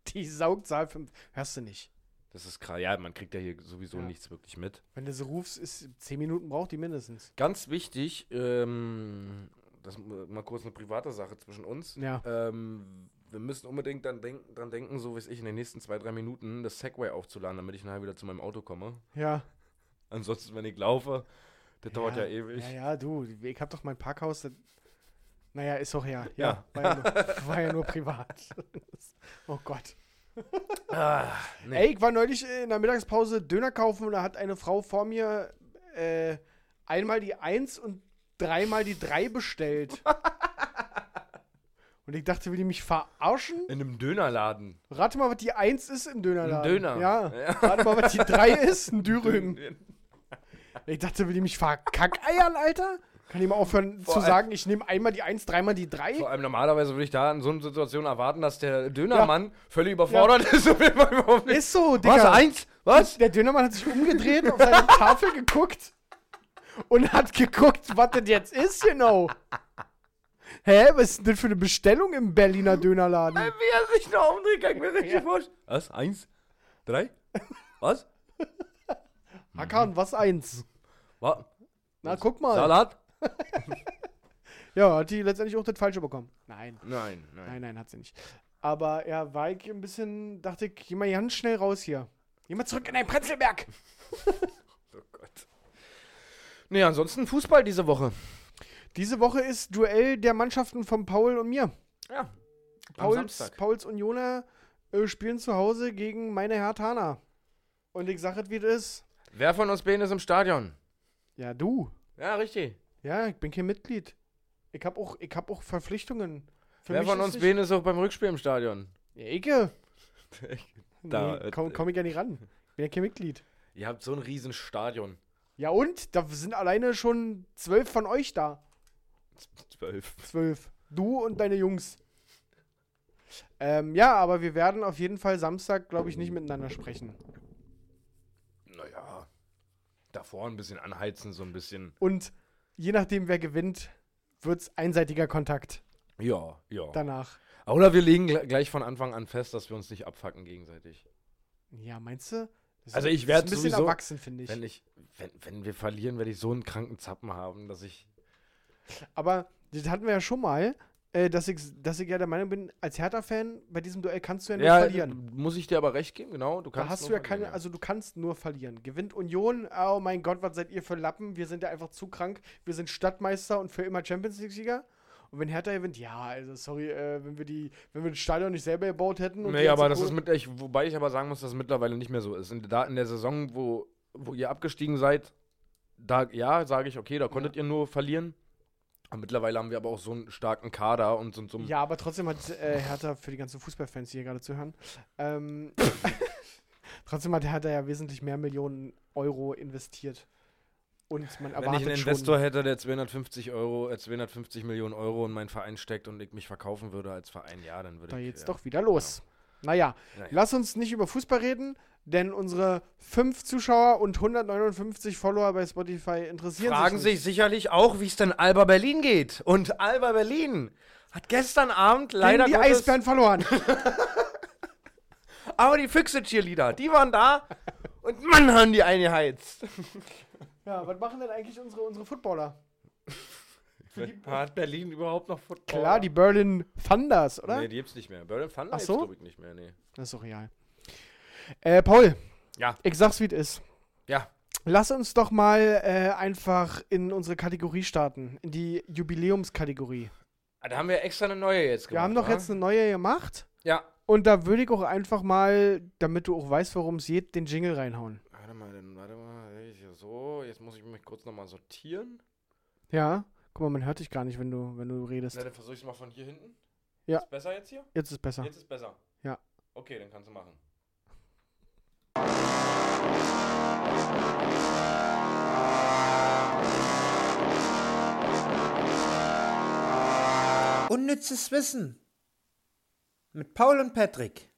Speaker 4: die saugt Saal 5. Hörst du nicht.
Speaker 5: Das ist krass. Ja, man kriegt ja hier sowieso
Speaker 4: Ja.
Speaker 5: nichts wirklich mit.
Speaker 4: Wenn du sie rufst, ist 10 Minuten braucht die mindestens.
Speaker 5: Ganz wichtig, ähm, das mal kurz eine private Sache zwischen uns.
Speaker 4: Ja.
Speaker 5: Ähm, wir müssen unbedingt dann denken, dran denken, so wie es ich, in den nächsten zwei, drei Minuten das Segway aufzuladen, damit ich nachher wieder zu meinem Auto komme.
Speaker 4: Ja.
Speaker 5: Ansonsten, wenn ich laufe, das dauert ja ewig.
Speaker 4: Ah, Ja, ja, du, ich hab doch mein Parkhaus. Das, naja, ist doch ja.
Speaker 5: Ja.
Speaker 4: Ja, War, ja
Speaker 5: *laughs*
Speaker 4: nur, war ja nur privat. *laughs* oh Gott.
Speaker 5: Ah, nee.
Speaker 4: Ey, ich war neulich äh, in der Mittagspause Döner kaufen und da hat eine Frau vor mir äh, einmal die Eins und dreimal die Drei
Speaker 5: *laughs*
Speaker 4: bestellt. und ich dachte, will die mich verarschen?
Speaker 5: In einem Dönerladen.
Speaker 4: Rate mal, was die Eins ist im Dönerladen.
Speaker 5: Ein Döner.
Speaker 4: Ja.
Speaker 5: Ja.
Speaker 4: Rate mal, was die Drei ist, ein
Speaker 5: *laughs*
Speaker 4: Dürüm. Ich dachte, will die mich verkackeiern, Alter? Kann ich mal aufhören zu
Speaker 5: allem-
Speaker 4: sagen, ich nehme einmal die Eins, dreimal die Drei?
Speaker 5: Vor allem normalerweise würde ich da in so einer Situation erwarten, dass der Dönermann völlig überfordert ist und mir mal überhaupt nicht.
Speaker 4: Ist so, Digga.
Speaker 5: Was? Eins? Was?
Speaker 4: Der Dönermann hat sich umgedreht, auf
Speaker 5: *laughs*
Speaker 4: seine Tafel geguckt und hat geguckt, was das jetzt ist, genau. Hä, was ist denn das für eine Bestellung im Berliner Dönerladen?
Speaker 5: Wie er sich noch umdreht, kann ich mir richtig vorstellen. Was? Eins? Drei? *laughs* Was?
Speaker 4: Hakan, was eins?
Speaker 5: Wa
Speaker 4: Na, guck mal.
Speaker 5: Salat?
Speaker 4: Ja, hat die letztendlich auch das Falsche bekommen. Nein.
Speaker 5: Nein, nein.
Speaker 4: Nein, nein, hat sie nicht. Aber ja, war ich ein bisschen, dachte ich, geh mal ganz schnell raus hier. Geh mal zurück in dein Prenzlberg.
Speaker 5: Oh Gott. Nee, ansonsten Fußball diese Woche.
Speaker 4: Diese Woche ist Duell der Mannschaften von Paul und mir.
Speaker 5: Ja. Am
Speaker 4: Pauls,
Speaker 5: Samstag.
Speaker 4: Pauls Unioner äh, spielen zu Hause gegen meine Hertana. Und ich sage es, wie es ist.
Speaker 5: Wer von uns beiden ist im Stadion?
Speaker 4: Ja, du.
Speaker 5: Ja, richtig.
Speaker 4: Ja, ich bin kein Mitglied. Ich habe auch, ich hab auch Verpflichtungen. Für
Speaker 5: Wer
Speaker 4: mich
Speaker 5: von
Speaker 4: ist
Speaker 5: uns
Speaker 4: nicht-
Speaker 5: beiden ist auch beim Rückspiel im Stadion?
Speaker 4: Ja, Ecke.
Speaker 5: *laughs* Da,
Speaker 4: Nee,
Speaker 5: äh,
Speaker 4: komm, komm ich ja nicht ran. Ich bin ja kein Mitglied.
Speaker 5: Ihr habt so ein riesen Stadion.
Speaker 4: Ja und? Da sind alleine schon zwölf von euch da.
Speaker 5: Zwölf.
Speaker 4: Zwölf. Du und deine Jungs. Ähm, ja, aber wir werden auf jeden Fall Samstag, glaube ich, nicht miteinander sprechen.
Speaker 5: Naja. Davor ein bisschen anheizen, so ein bisschen.
Speaker 4: Und je nachdem, wer gewinnt, wird es einseitiger Kontakt
Speaker 5: Ja, ja.
Speaker 4: danach.
Speaker 5: Oder wir legen gl- gleich von Anfang an fest, dass wir uns nicht abfacken gegenseitig.
Speaker 4: Ja, meinst du? Das
Speaker 5: Also
Speaker 4: ist-
Speaker 5: ich werd
Speaker 4: ist ein bisschen
Speaker 5: sowieso-
Speaker 4: erwachsen, finde
Speaker 5: Wenn
Speaker 4: ich.
Speaker 5: ich, wenn, wenn wir verlieren, werde ich so einen kranken Zappen haben, dass ich.
Speaker 4: Aber das hatten wir ja schon mal, äh, dass, ich, dass ich ja der Meinung bin, als Hertha-Fan, bei diesem Duell kannst du ja nur verlieren.
Speaker 5: muss ich dir aber recht geben, genau. Du
Speaker 4: Da
Speaker 5: kannst
Speaker 4: hast
Speaker 5: nur
Speaker 4: du ja
Speaker 5: verlieren,
Speaker 4: keine, also du kannst nur verlieren. Gewinnt Union, oh mein Gott, was seid ihr für Lappen? Wir sind ja einfach zu krank. Wir sind Stadtmeister und für immer Champions League-Sieger. Und wenn Hertha gewinnt, ja, also sorry, äh, wenn wir die, wenn wir das Stadion nicht selber gebaut hätten. Und die
Speaker 5: Nee, aber
Speaker 4: ganze
Speaker 5: das ist
Speaker 4: Kohle-
Speaker 5: mit, ich, wobei ich aber sagen muss, dass es mittlerweile nicht mehr so ist. In, da, in der Saison, wo, wo ihr abgestiegen seid, da, ja, sage ich, okay, da konntet ihr nur verlieren. Und mittlerweile haben wir aber auch so einen starken Kader und so, so
Speaker 4: Ja, aber trotzdem hat äh, Hertha, für die ganzen Fußballfans, die hier gerade zuhören,
Speaker 5: *laughs*
Speaker 4: ähm, trotzdem hat Hertha ja wesentlich mehr Millionen Euro investiert. Und man
Speaker 5: Wenn ich
Speaker 4: erwartet
Speaker 5: einen
Speaker 4: schon.
Speaker 5: Investor hätte, der 250 Euro, äh, 250 Millionen Euro in meinen Verein steckt und ich mich verkaufen würde als Verein, ja, dann würde
Speaker 4: Da
Speaker 5: ich.
Speaker 4: geht's
Speaker 5: ja. Genau.
Speaker 4: doch wieder los. Naja,
Speaker 5: Naja.
Speaker 4: lass uns nicht über Fußball reden, denn unsere fünf Zuschauer und 159 Follower bei Spotify interessieren
Speaker 5: Fragen
Speaker 4: sich.
Speaker 5: sich sicherlich auch, wie es denn Alba Berlin geht. Und Alba Berlin hat gestern Abend
Speaker 4: nicht.
Speaker 5: leider
Speaker 4: Gegen die
Speaker 5: Gottes,
Speaker 4: Eisbären verloren.
Speaker 5: aber die Füchse Cheerleader, die waren da und Mann haben die *laughs* eingeheizt.
Speaker 4: *laughs* ja, was machen denn eigentlich unsere, unsere Footballer?
Speaker 5: Hat Berlin überhaupt noch Football?
Speaker 4: Klar, die Berlin Thunders, oder?
Speaker 5: Nee, die gibt's nicht mehr. Berlin Thunder
Speaker 4: Ach
Speaker 5: gibt's,
Speaker 4: so?
Speaker 5: glaub ich, nicht mehr, nee.
Speaker 4: Das ist doch real. Äh, Paul.
Speaker 5: Ja.
Speaker 4: Ich sag's, wie es ist.
Speaker 5: Ja.
Speaker 4: Lass uns doch mal äh, einfach in unsere Kategorie starten, in die Jubiläumskategorie.
Speaker 5: Ah, Da haben wir extra eine neue jetzt gemacht.
Speaker 4: Wir haben doch
Speaker 5: wa?
Speaker 4: jetzt eine neue gemacht.
Speaker 5: Ja.
Speaker 4: Und da würde ich auch einfach mal, damit du auch weißt, worum es geht, den Jingle reinhauen.
Speaker 5: Warte mal, dann, warte mal. ich- So, jetzt muss ich mich kurz nochmal sortieren.
Speaker 4: Ja. Guck mal, man hört dich gar nicht, wenn du, wenn du redest.
Speaker 5: Na, dann versuche ich es mal von hier hinten.
Speaker 4: Ja.
Speaker 5: Ist besser jetzt hier?
Speaker 4: Jetzt ist besser.
Speaker 5: Jetzt ist besser.
Speaker 4: Ja.
Speaker 5: Okay, dann kannst du machen.
Speaker 6: Unnützes Wissen. Mit Paul und Patrick.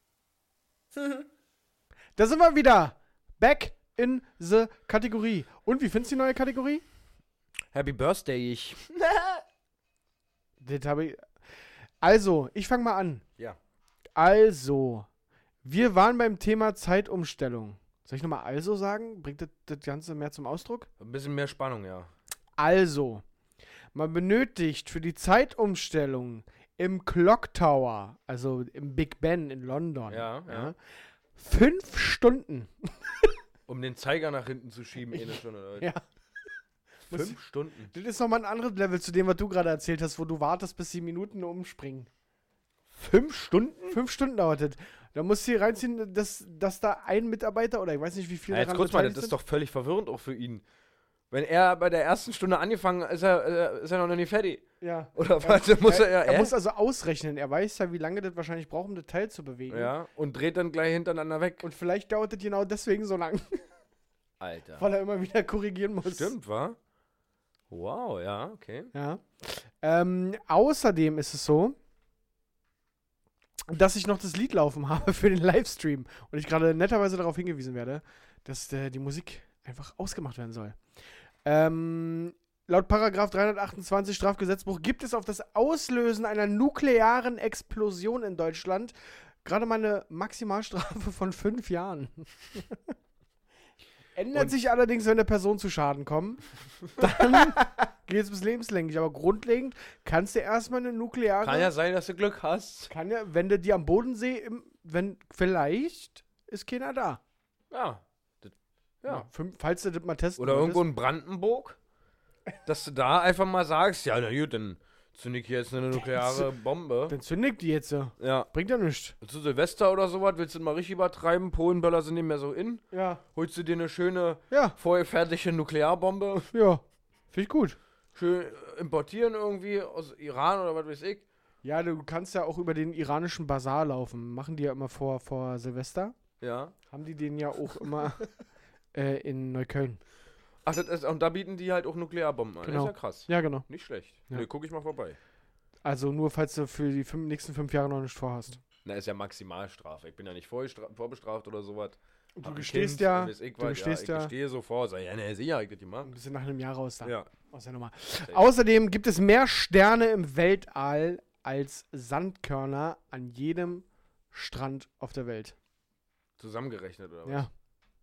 Speaker 4: Da sind wir wieder. Back in the Kategorie. Und wie findest du die neue Kategorie?
Speaker 5: Happy Birthday, ich.
Speaker 4: Das habe ich. Also, ich fange mal an.
Speaker 5: Ja.
Speaker 4: Also, wir waren beim Thema Zeitumstellung. Soll ich nochmal also sagen? Bringt das, das Ganze mehr zum Ausdruck?
Speaker 5: Ein bisschen mehr Spannung, ja.
Speaker 4: Also, man benötigt für die Zeitumstellung im Clock Tower, also im Big Ben in London,
Speaker 5: Ja, ja.
Speaker 4: fünf Stunden.
Speaker 5: Um den Zeiger nach hinten zu schieben, eh eine Stunde, Leute.
Speaker 4: *laughs* Ja.
Speaker 5: Fünf Stunden.
Speaker 4: Das ist nochmal ein anderes Level zu dem, was du gerade erzählt hast, wo du wartest, bis die Minuten umspringen.
Speaker 5: Fünf Stunden?
Speaker 4: Fünf Stunden dauert das. Da musst du hier reinziehen, dass, dass da ein Mitarbeiter oder ich weiß nicht, wie viele
Speaker 5: Ja, jetzt kurz mal, das ist doch völlig verwirrend auch für ihn. Wenn er bei der ersten Stunde angefangen ist, er, äh, ist er noch nicht fertig. *laughs*
Speaker 4: Ja.
Speaker 5: Oder was? Dann muss er, ja,
Speaker 4: Er
Speaker 5: hä?
Speaker 4: muss also ausrechnen. Er weiß ja, wie lange das wahrscheinlich braucht, um das Teil zu bewegen.
Speaker 5: ja, und dreht dann gleich hintereinander weg.
Speaker 4: Und vielleicht dauert das genau deswegen so lang,
Speaker 5: Alter.
Speaker 4: weil er immer wieder *laughs* korrigieren muss.
Speaker 5: Stimmt, wa? Wow, ja, okay.
Speaker 4: Ja. Ähm, außerdem ist es so, dass ich noch das Lied laufen *laughs* habe für den Livestream und ich gerade netterweise darauf hingewiesen werde, dass äh, die Musik einfach ausgemacht werden soll. Ähm, laut Paragraph 328 Strafgesetzbuch gibt es auf das Auslösen einer nuklearen Explosion in Deutschland gerade mal eine Maximalstrafe von fünf Jahren. *laughs* Ändert
Speaker 5: Und-
Speaker 4: sich allerdings, wenn der Person zu Schaden kommen.
Speaker 5: *laughs*
Speaker 4: Dann geht es bis lebenslänglich. Aber grundlegend kannst du erstmal eine nukleare.
Speaker 5: Kann ja sein, dass du Glück hast.
Speaker 4: kann ja, wenn du die am Bodensee, im, wenn vielleicht ist keiner da.
Speaker 5: Ja. Das- Ja.
Speaker 4: Fünf, falls du das mal testen
Speaker 5: Oder
Speaker 4: wolltest.
Speaker 5: irgendwo in Brandenburg, dass du da einfach mal sagst, ja, na gut, dann zünd ich hier jetzt eine *laughs* nukleare Bombe.
Speaker 4: Dann zündig die jetzt. äh.
Speaker 5: Ja.
Speaker 4: Bringt ja nichts.
Speaker 5: Zu Silvester oder sowas, willst du das mal richtig übertreiben? Polenböller sind nicht mehr so in.
Speaker 4: Ja.
Speaker 5: Holst du dir eine schöne,
Speaker 4: Ja,
Speaker 5: vorgefertigte Nuklearbombe,
Speaker 4: ja. Finde ich gut.
Speaker 5: schön importieren irgendwie aus Iran oder was weiß ich.
Speaker 4: Ja, du kannst ja auch über den iranischen Bazar laufen. Machen die ja immer vor, vor Silvester.
Speaker 5: Ja.
Speaker 4: Haben die den ja auch
Speaker 5: *laughs*
Speaker 4: immer äh, in Neukölln.
Speaker 5: Ach, das ist, und da bieten die halt auch Nuklearbomben an.
Speaker 4: Genau.
Speaker 5: Ist ja krass.
Speaker 4: Ja, genau.
Speaker 5: Nicht schlecht.
Speaker 4: Ja.
Speaker 5: Nee, guck ich mal vorbei.
Speaker 4: Also nur, falls du für die fünf, nächsten fünf Jahre noch nicht vorhasst.
Speaker 5: Na, ist ja Maximalstrafe. Ich bin ja nicht vorgestra- vorbestraft oder sowas.
Speaker 4: Du
Speaker 5: Hab ein
Speaker 4: gestehst
Speaker 5: Kind,
Speaker 4: ja,
Speaker 5: und weiß ich
Speaker 4: du
Speaker 5: was.
Speaker 4: gestehst
Speaker 5: ja.
Speaker 4: ja,
Speaker 5: Ich gestehe so vor. Sag, ja, ne, sicher, ich das gemacht.
Speaker 4: ein bisschen nach einem Jahr raus da.
Speaker 5: Ja.
Speaker 4: Aus der Nummer. Außerdem gibt es mehr Sterne im Weltall als Sandkörner an jedem Strand auf der Welt.
Speaker 5: Zusammengerechnet oder was?
Speaker 4: Ja.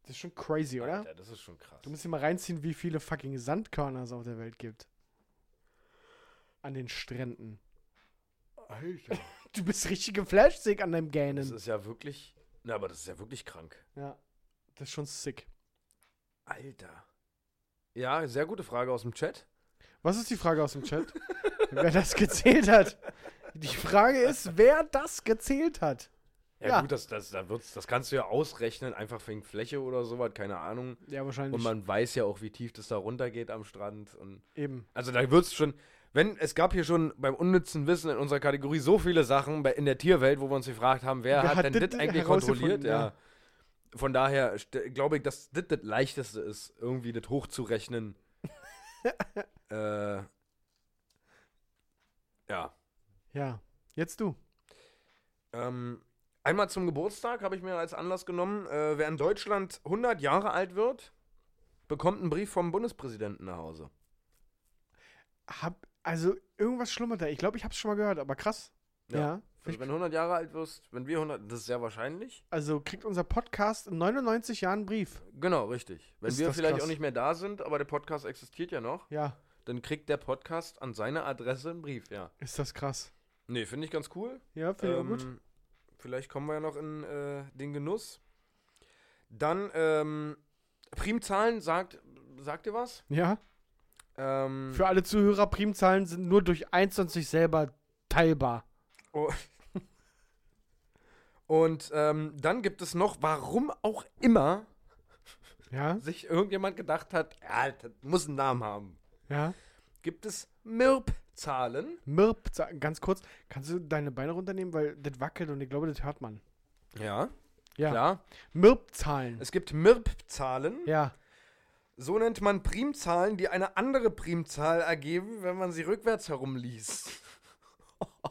Speaker 4: Das ist schon crazy, oder?
Speaker 5: Alter, das ist schon krass.
Speaker 4: Du musst dir mal reinziehen, wie viele fucking Sandkörner es auf der Welt gibt. An den Stränden.
Speaker 5: Alter.
Speaker 4: Du bist richtig geflasht, Sig, an deinem
Speaker 5: Das
Speaker 4: Gähnen.
Speaker 5: ist ja wirklich. Na, aber das ist ja wirklich krank.
Speaker 4: Ja. Das ist schon sick.
Speaker 5: Alter. Ja, sehr gute Frage aus dem Chat.
Speaker 4: Was ist die Frage aus dem Chat? *laughs* wer das gezählt hat. Die Frage ist, wer das gezählt hat.
Speaker 5: Ja,
Speaker 4: Ja.
Speaker 5: gut, das, das, da wird's, das kannst du ja ausrechnen, einfach wegen Fläche oder sowas, keine Ahnung.
Speaker 4: Ja, wahrscheinlich.
Speaker 5: Und man weiß ja auch, wie tief das da runtergeht am Strand. Und
Speaker 4: Eben.
Speaker 5: also da wird's schon. Wenn, es gab hier schon beim unnützen Wissen in unserer Kategorie so viele Sachen bei, in der Tierwelt, wo wir uns gefragt haben, wer,
Speaker 4: Wer
Speaker 5: hat,
Speaker 4: hat
Speaker 5: denn
Speaker 4: das
Speaker 5: das eigentlich
Speaker 4: herausgefunden,
Speaker 5: kontrolliert? Ja.
Speaker 4: ja.
Speaker 5: Von daher st- glaube ich, dass das das Leichteste ist, irgendwie das *laughs* hochzurechnen. äh, ja.
Speaker 4: Ja. Jetzt du.
Speaker 5: Ähm, einmal zum Geburtstag habe ich mir als Anlass genommen, äh, wer in Deutschland 100 Jahre alt wird, bekommt einen Brief vom Bundespräsidenten nach Hause.
Speaker 4: Hab, also irgendwas schlummert da. Ich glaube, ich hab's schon mal gehört, aber krass. Ja.
Speaker 5: Also wenn du 100 Jahre alt wirst, wenn wir 100, das ist sehr wahrscheinlich.
Speaker 4: Also kriegt unser Podcast in 99 Jahren einen Brief.
Speaker 5: Genau, richtig. Wenn
Speaker 4: Ist
Speaker 5: wir
Speaker 4: das
Speaker 5: vielleicht
Speaker 4: krass.
Speaker 5: auch nicht mehr da sind, aber der Podcast existiert ja noch,
Speaker 4: Ja,
Speaker 5: dann kriegt der Podcast an seine Adresse einen Brief, ja.
Speaker 4: ist das krass.
Speaker 5: Nee, finde ich ganz cool.
Speaker 4: Ja, finde ich auch gut.
Speaker 5: Ähm, Vielleicht kommen wir ja noch in äh, den Genuss. Dann, ähm, Primzahlen sagt, sagt ihr was?
Speaker 4: Ja.
Speaker 5: Ähm,
Speaker 4: Für alle Zuhörer, Primzahlen sind nur durch eins und sich selber teilbar.
Speaker 5: Oh. und ähm, dann gibt es noch, warum auch immer
Speaker 4: Ja,
Speaker 5: sich irgendjemand gedacht hat, ja, das muss einen Namen haben.
Speaker 4: ja.
Speaker 5: Gibt es Mirp-Zahlen?
Speaker 4: Mirp, sag- ganz kurz, kannst du deine Beine runternehmen, weil das wackelt und ich glaube, das hört man.
Speaker 5: Ja,
Speaker 4: Ja.
Speaker 5: klar.
Speaker 4: Mirp-Zahlen.
Speaker 5: Es gibt Mirp-Zahlen.
Speaker 4: Ja.
Speaker 5: So nennt man Primzahlen, die eine andere Primzahl ergeben, wenn man sie rückwärts herumliest. *laughs*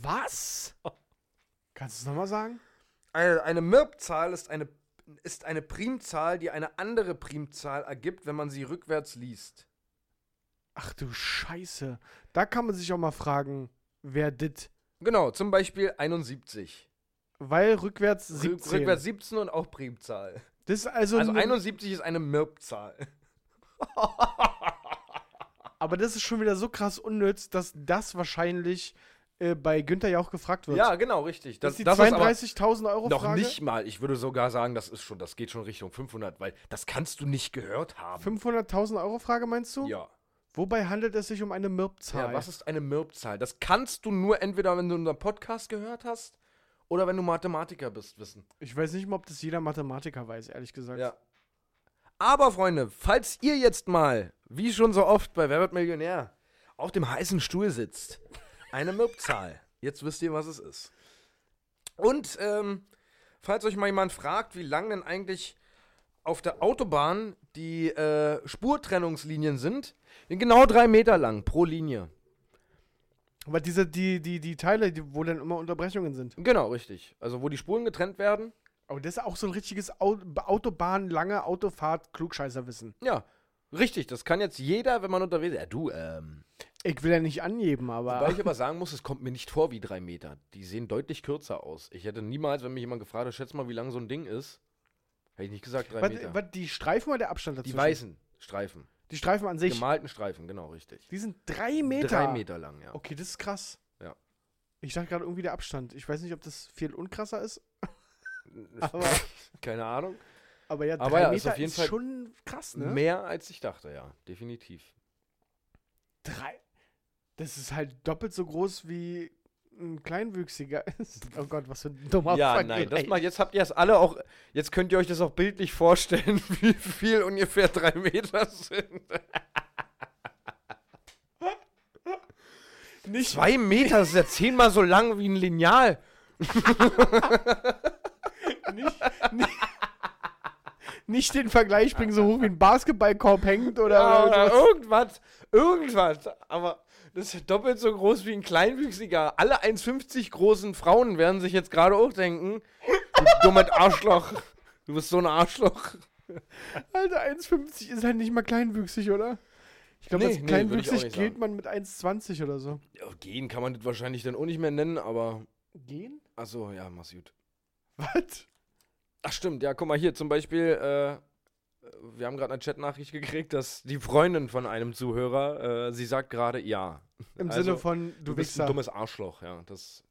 Speaker 4: Was? Kannst du es nochmal sagen?
Speaker 5: Eine, eine Mirp-Zahl ist eine, ist eine Primzahl, die eine andere Primzahl ergibt, wenn man sie rückwärts liest.
Speaker 4: Ach du Scheiße. Da kann man sich auch mal fragen, wer dit.
Speaker 5: Genau, zum Beispiel 71.
Speaker 4: Weil rückwärts
Speaker 5: Rück-
Speaker 4: 17.
Speaker 5: Rückwärts 17 und auch Primzahl.
Speaker 4: Das ist also,
Speaker 5: Also
Speaker 4: ne-
Speaker 5: 71 ist
Speaker 4: *laughs*
Speaker 5: eine Mirb-Zahl.
Speaker 4: aber das ist schon wieder so krass unnütz, dass das wahrscheinlich äh, bei Günther ja auch gefragt wird.
Speaker 5: Ja, genau, richtig.
Speaker 4: das,
Speaker 5: Das,
Speaker 4: ist die
Speaker 5: das ist aber
Speaker 4: 32.000 Euro
Speaker 5: noch
Speaker 4: Frage.
Speaker 5: nicht mal. Ich würde sogar sagen, das ist schon, das geht schon Richtung 500, weil das kannst du nicht gehört haben.
Speaker 4: 500.000 Euro Frage meinst du?
Speaker 5: ja.
Speaker 4: Wobei handelt es sich um eine Mirb-Zahl?
Speaker 5: ja. Was ist eine Mirb-Zahl? Das kannst du nur entweder, wenn du unseren Podcast gehört hast oder wenn du Mathematiker bist, wissen.
Speaker 4: Ich weiß nicht mal, ob das jeder Mathematiker weiß, ehrlich gesagt.
Speaker 5: Ja. Aber, Freunde, falls ihr jetzt mal, wie schon so oft bei Wer wird Millionär, auf dem heißen Stuhl sitzt, eine Mirb-Zahl. Jetzt wisst ihr, was es ist. Und, ähm, falls euch mal jemand fragt, wie lang denn eigentlich auf der Autobahn die äh, Spurtrennungslinien sind, sind genau drei Meter lang pro Linie.
Speaker 4: Aber diese, die, die, die Teile, die, wo dann immer Unterbrechungen sind.
Speaker 5: Genau, richtig. Also, wo die Spuren getrennt werden,
Speaker 4: Aber das ist auch so ein richtiges Au Autobahn, lange Autofahrt, Klugscheißerwissen.
Speaker 5: ja, richtig. Das kann jetzt jeder, wenn man unterwegs ist. Ja, du, ähm.
Speaker 4: Ich will ja nicht angeben,
Speaker 5: Wobei
Speaker 4: aber.
Speaker 5: ich aber sagen muss, es kommt mir nicht vor wie drei Meter. Die sehen deutlich kürzer aus. Ich hätte niemals, wenn mich jemand gefragt hätte, schätz mal, wie lang so ein Ding ist, hätte ich nicht gesagt drei
Speaker 4: Was,
Speaker 5: Meter.
Speaker 4: was, die Streifen oder der Abstand
Speaker 5: die
Speaker 4: dazwischen?
Speaker 5: weißen Streifen.
Speaker 4: Die Streifen an sich.
Speaker 5: Gemalten Streifen, genau, richtig.
Speaker 4: Die sind drei Meter.
Speaker 5: Drei Meter lang, ja.
Speaker 4: Okay, das ist krass.
Speaker 5: Ja.
Speaker 4: Ich dachte gerade irgendwie der Abstand. Ich weiß nicht, ob das viel unkrasser
Speaker 5: *laughs*
Speaker 4: ist, aber,
Speaker 5: Keine Ahnung.
Speaker 4: aber ja, drei
Speaker 5: Aber ja,
Speaker 4: Meter
Speaker 5: ist
Speaker 4: ist,
Speaker 5: auf jeden Fall
Speaker 4: schon krass, ne?
Speaker 5: Mehr als ich dachte, ja. Definitiv.
Speaker 4: Drei. Das ist halt doppelt so groß wie ein Kleinwüchsiger
Speaker 5: *laughs*
Speaker 4: ist. Oh Gott, was für ein dummer
Speaker 5: ja,
Speaker 4: Vergleich.
Speaker 5: nein, das mal, jetzt habt ihr es alle auch, jetzt könnt ihr euch das auch bildlich vorstellen, *laughs* wie viel ungefähr drei Meter sind.
Speaker 4: Nicht
Speaker 5: Zwei Meter das ist ja zehnmal so lang wie ein Lineal.
Speaker 4: nicht, nicht, nicht den Vergleich bringen,
Speaker 5: *laughs*
Speaker 4: so hoch wie ein Basketballkorb hängt oder,
Speaker 5: Ja,
Speaker 4: oder
Speaker 5: Ah, oder oh.
Speaker 4: sowas.
Speaker 5: irgendwas. Irgendwas. Aber das ist ja doppelt so groß wie ein Kleinwüchsiger. Alle 1,50 großen Frauen werden sich jetzt gerade auch denken: Du dummes Arschloch. Du bist so ein Arschloch.
Speaker 4: Alter, 1,50 ist halt nicht mal kleinwüchsig, oder? Ich glaube,
Speaker 5: Nee,
Speaker 4: als
Speaker 5: nee,
Speaker 4: kleinwüchsig
Speaker 5: würde ich auch nicht
Speaker 4: gilt
Speaker 5: sagen.
Speaker 4: man mit 1,20 oder so.
Speaker 5: Ja, gehen kann man das wahrscheinlich dann auch nicht mehr nennen, aber.
Speaker 4: Gehen?
Speaker 5: Achso, ja, mach's gut.
Speaker 4: *laughs* Was?
Speaker 5: Ach, stimmt. Ja, guck mal hier. Zum Beispiel, äh, wir haben gerade eine Chatnachricht gekriegt, dass die Freundin von einem Zuhörer, äh, sie sagt gerade ja.
Speaker 4: Im
Speaker 5: Also,
Speaker 4: Sinne von, du,
Speaker 5: Du bist
Speaker 4: Wichser.
Speaker 5: ein dummes Arschloch, ja. Das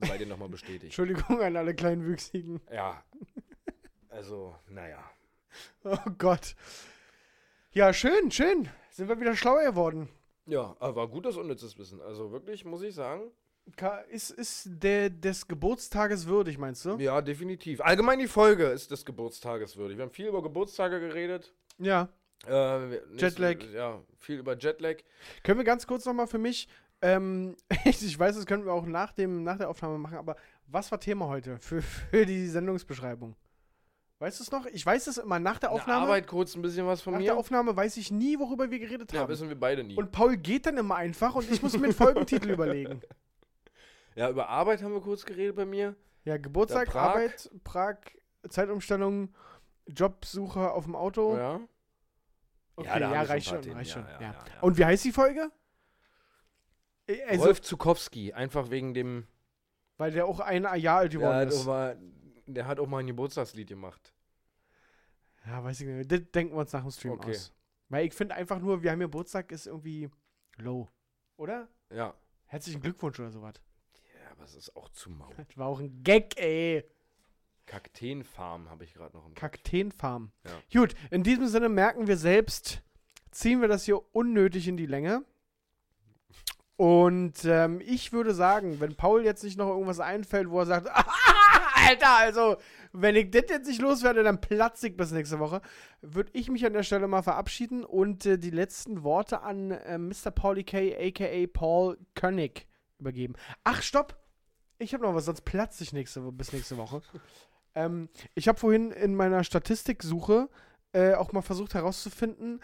Speaker 5: sei dir nochmal bestätigt.
Speaker 4: Entschuldigung an alle Kleinwüchsigen.
Speaker 5: Ja. Also, naja.
Speaker 4: *laughs* Oh Gott. Ja, schön, schön. Sind wir wieder schlauer geworden.
Speaker 5: Ja, aber war gutes unnützes Wissen. Also wirklich, muss ich sagen.
Speaker 4: Ka- Ist, ist der, des Geburtstages würdig, meinst du?
Speaker 5: Ja, definitiv. Allgemein die Folge ist des Geburtstages würdig. Wir haben viel über Geburtstage geredet.
Speaker 4: Ja.
Speaker 5: Äh, wir- nächste-
Speaker 4: Jetlag.
Speaker 5: Ja, viel über Jetlag.
Speaker 4: Können wir ganz kurz nochmal für mich, ähm, *laughs* ich weiß, das könnten wir auch nach, dem, nach der Aufnahme machen, aber was war Thema heute für, für die Sendungsbeschreibung? Weißt du es noch? Ich weiß es immer nach der
Speaker 5: Na,
Speaker 4: Aufnahme.
Speaker 5: Arbeit kurz ein bisschen was von
Speaker 4: Nach der
Speaker 5: mir.
Speaker 4: Aufnahme weiß ich nie, worüber wir geredet
Speaker 5: Ja,
Speaker 4: haben.
Speaker 5: wissen wir beide nie.
Speaker 4: und Paul geht dann immer einfach und ich muss mir einen
Speaker 5: *laughs*
Speaker 4: Folgentitel überlegen.
Speaker 5: ja, über Arbeit haben wir kurz geredet bei mir.
Speaker 4: Ja, Geburtstag,
Speaker 5: Ja, Prag.
Speaker 4: Arbeit, Prag, Zeitumstellung, Jobsuche auf dem Auto.
Speaker 5: Ja.
Speaker 4: Okay,
Speaker 5: da
Speaker 4: ja,
Speaker 5: haben wir
Speaker 4: reicht
Speaker 5: ein paar
Speaker 4: schon,
Speaker 5: Themen.
Speaker 4: reicht
Speaker 5: Ja,
Speaker 4: schon.
Speaker 5: ja,
Speaker 4: Ja,
Speaker 5: ja, ja.
Speaker 4: Und wie heißt die Folge? Äh, Also,
Speaker 5: Rolf Zukowski, einfach wegen dem.
Speaker 4: weil der auch ein Jahr alt
Speaker 5: Der
Speaker 4: geworden
Speaker 5: hat, auch
Speaker 4: ist.
Speaker 5: mal, der hat auch mal ein Geburtstagslied gemacht.
Speaker 4: Ja, weiß ich nicht. Das denken wir uns nach dem Stream
Speaker 5: Okay.
Speaker 4: aus. Weil ich finde einfach nur, wir haben Geburtstag, ist irgendwie low. Oder?
Speaker 5: Ja.
Speaker 4: Herzlichen Glückwunsch oder sowas. *laughs*
Speaker 5: Ja, aber es ist auch zu mau.
Speaker 4: Das war auch ein Gag, ey.
Speaker 5: Kakteenfarm habe ich gerade noch im
Speaker 4: Kakteenfarm.
Speaker 5: Ja.
Speaker 4: Gut, in diesem Sinne merken wir selbst, ziehen wir das hier unnötig in die Länge. Und ähm, ich würde sagen, wenn Paul jetzt nicht noch irgendwas einfällt, wo er sagt, *laughs* Alter, also, wenn ich das jetzt nicht loswerde, dann platze ich bis nächste Woche, würde ich mich an der Stelle mal verabschieden und äh, die letzten Worte an äh, Mr. Pauli K., a.k.a. Paul König, übergeben. Ach, stopp! Ich habe noch was, sonst platze ich nächste, Wo- bis nächste Woche. ähm, ich habe vorhin in meiner Statistiksuche äh, auch mal versucht herauszufinden,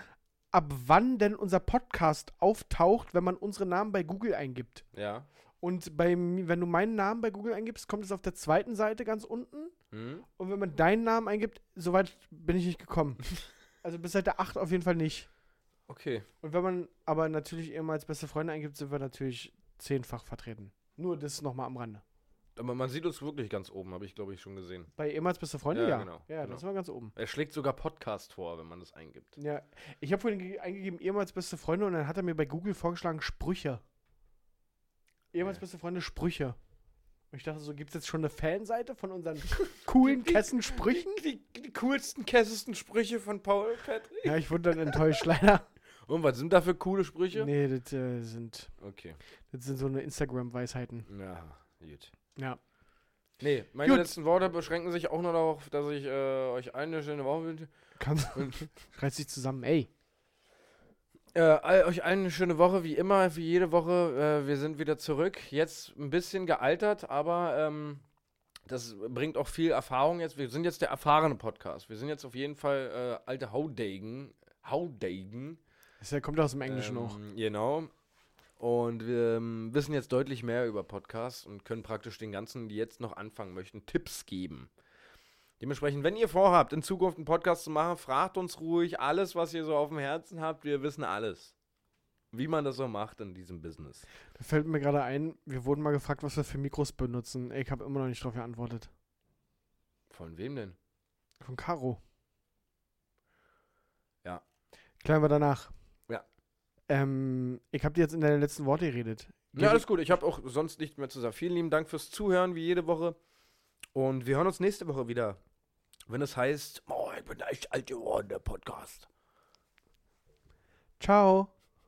Speaker 4: ab wann denn unser Podcast auftaucht, wenn man unsere Namen bei Google eingibt.
Speaker 5: Ja.
Speaker 4: Und bei, mi- wenn du meinen Namen bei Google eingibst, kommt es auf der zweiten Seite ganz unten.
Speaker 5: Hm?
Speaker 4: Und wenn man
Speaker 5: *laughs*
Speaker 4: deinen Namen eingibt, soweit bin ich nicht gekommen. also bis Seite 8 auf jeden Fall nicht.
Speaker 5: Okay.
Speaker 4: Und wenn man aber natürlich immer als beste Freunde eingibt, sind wir natürlich zehnfach vertreten. Nur das nochmal am Rande.
Speaker 5: Aber man sieht uns wirklich ganz oben, habe ich, glaube ich, schon gesehen.
Speaker 4: Bei ehemals beste Freunde,
Speaker 5: Ja,
Speaker 4: ja.
Speaker 5: genau,
Speaker 4: ja,
Speaker 5: genau.
Speaker 4: das war ganz oben.
Speaker 5: Er schlägt sogar Podcast vor, wenn man das eingibt.
Speaker 4: Ja, ich habe vorhin ge- eingegeben, ehemals beste Freunde und dann hat er mir bei Google vorgeschlagen, Sprüche. Ehemals beste Freunde, Sprüche. Und ich dachte so, gibt es jetzt schon eine Fanseite von unseren *laughs* coolen
Speaker 5: *laughs*
Speaker 4: Kessensprüchen?
Speaker 5: Die, die coolsten, kessesten Sprüche von Paul Patrick.
Speaker 4: Ja, ich wurde dann enttäuscht, leider.
Speaker 5: Und was sind da für coole Sprüche?
Speaker 4: Nee, das, äh, sind,
Speaker 5: Okay.
Speaker 4: das sind so eine Instagram-Weisheiten.
Speaker 5: Ja, gut.
Speaker 4: Ja.
Speaker 5: Nee, meine
Speaker 4: Gut.
Speaker 5: letzten Worte beschränken sich auch nur darauf, dass ich äh, euch allen eine schöne Woche wünsche.
Speaker 4: Kannst, *laughs* reiß dich zusammen, ey.
Speaker 5: Äh, all, euch allen eine schöne Woche, wie immer, wie jede Woche. Äh, wir sind wieder zurück. Jetzt ein bisschen gealtert, aber ähm, das bringt auch viel Erfahrung jetzt. Wir sind jetzt der erfahrene Podcast. Wir sind jetzt auf jeden Fall äh, alte Haudegen. Haudegen.
Speaker 4: Das kommt aus dem Englischen
Speaker 5: ähm,
Speaker 4: auch.
Speaker 5: Genau. Und wir ähm, wissen jetzt deutlich mehr über Podcasts und können praktisch den ganzen, die jetzt noch anfangen möchten, Tipps geben. Dementsprechend, wenn ihr vorhabt, in Zukunft einen Podcast zu machen, fragt uns ruhig alles, was ihr so auf dem Herzen habt. Wir wissen alles. Wie man das so macht in diesem Business.
Speaker 4: Da fällt mir gerade ein, wir wurden mal gefragt, was wir für Mikros benutzen. Ey, Ich habe immer noch nicht darauf geantwortet.
Speaker 5: Von wem denn?
Speaker 4: Von Caro.
Speaker 5: Ja.
Speaker 4: Klären wir danach.
Speaker 5: Ja.
Speaker 4: Ähm, ich habe dir jetzt in deinen letzten Worte geredet.
Speaker 5: Ja, alles gut. Ich habe auch sonst nichts mehr zu sagen. Vielen lieben Dank fürs Zuhören, wie jede Woche. Und wir hören uns nächste Woche wieder. Wenn es heißt, oh, ich bin echt alt geworden, der Podcast.
Speaker 4: Ciao.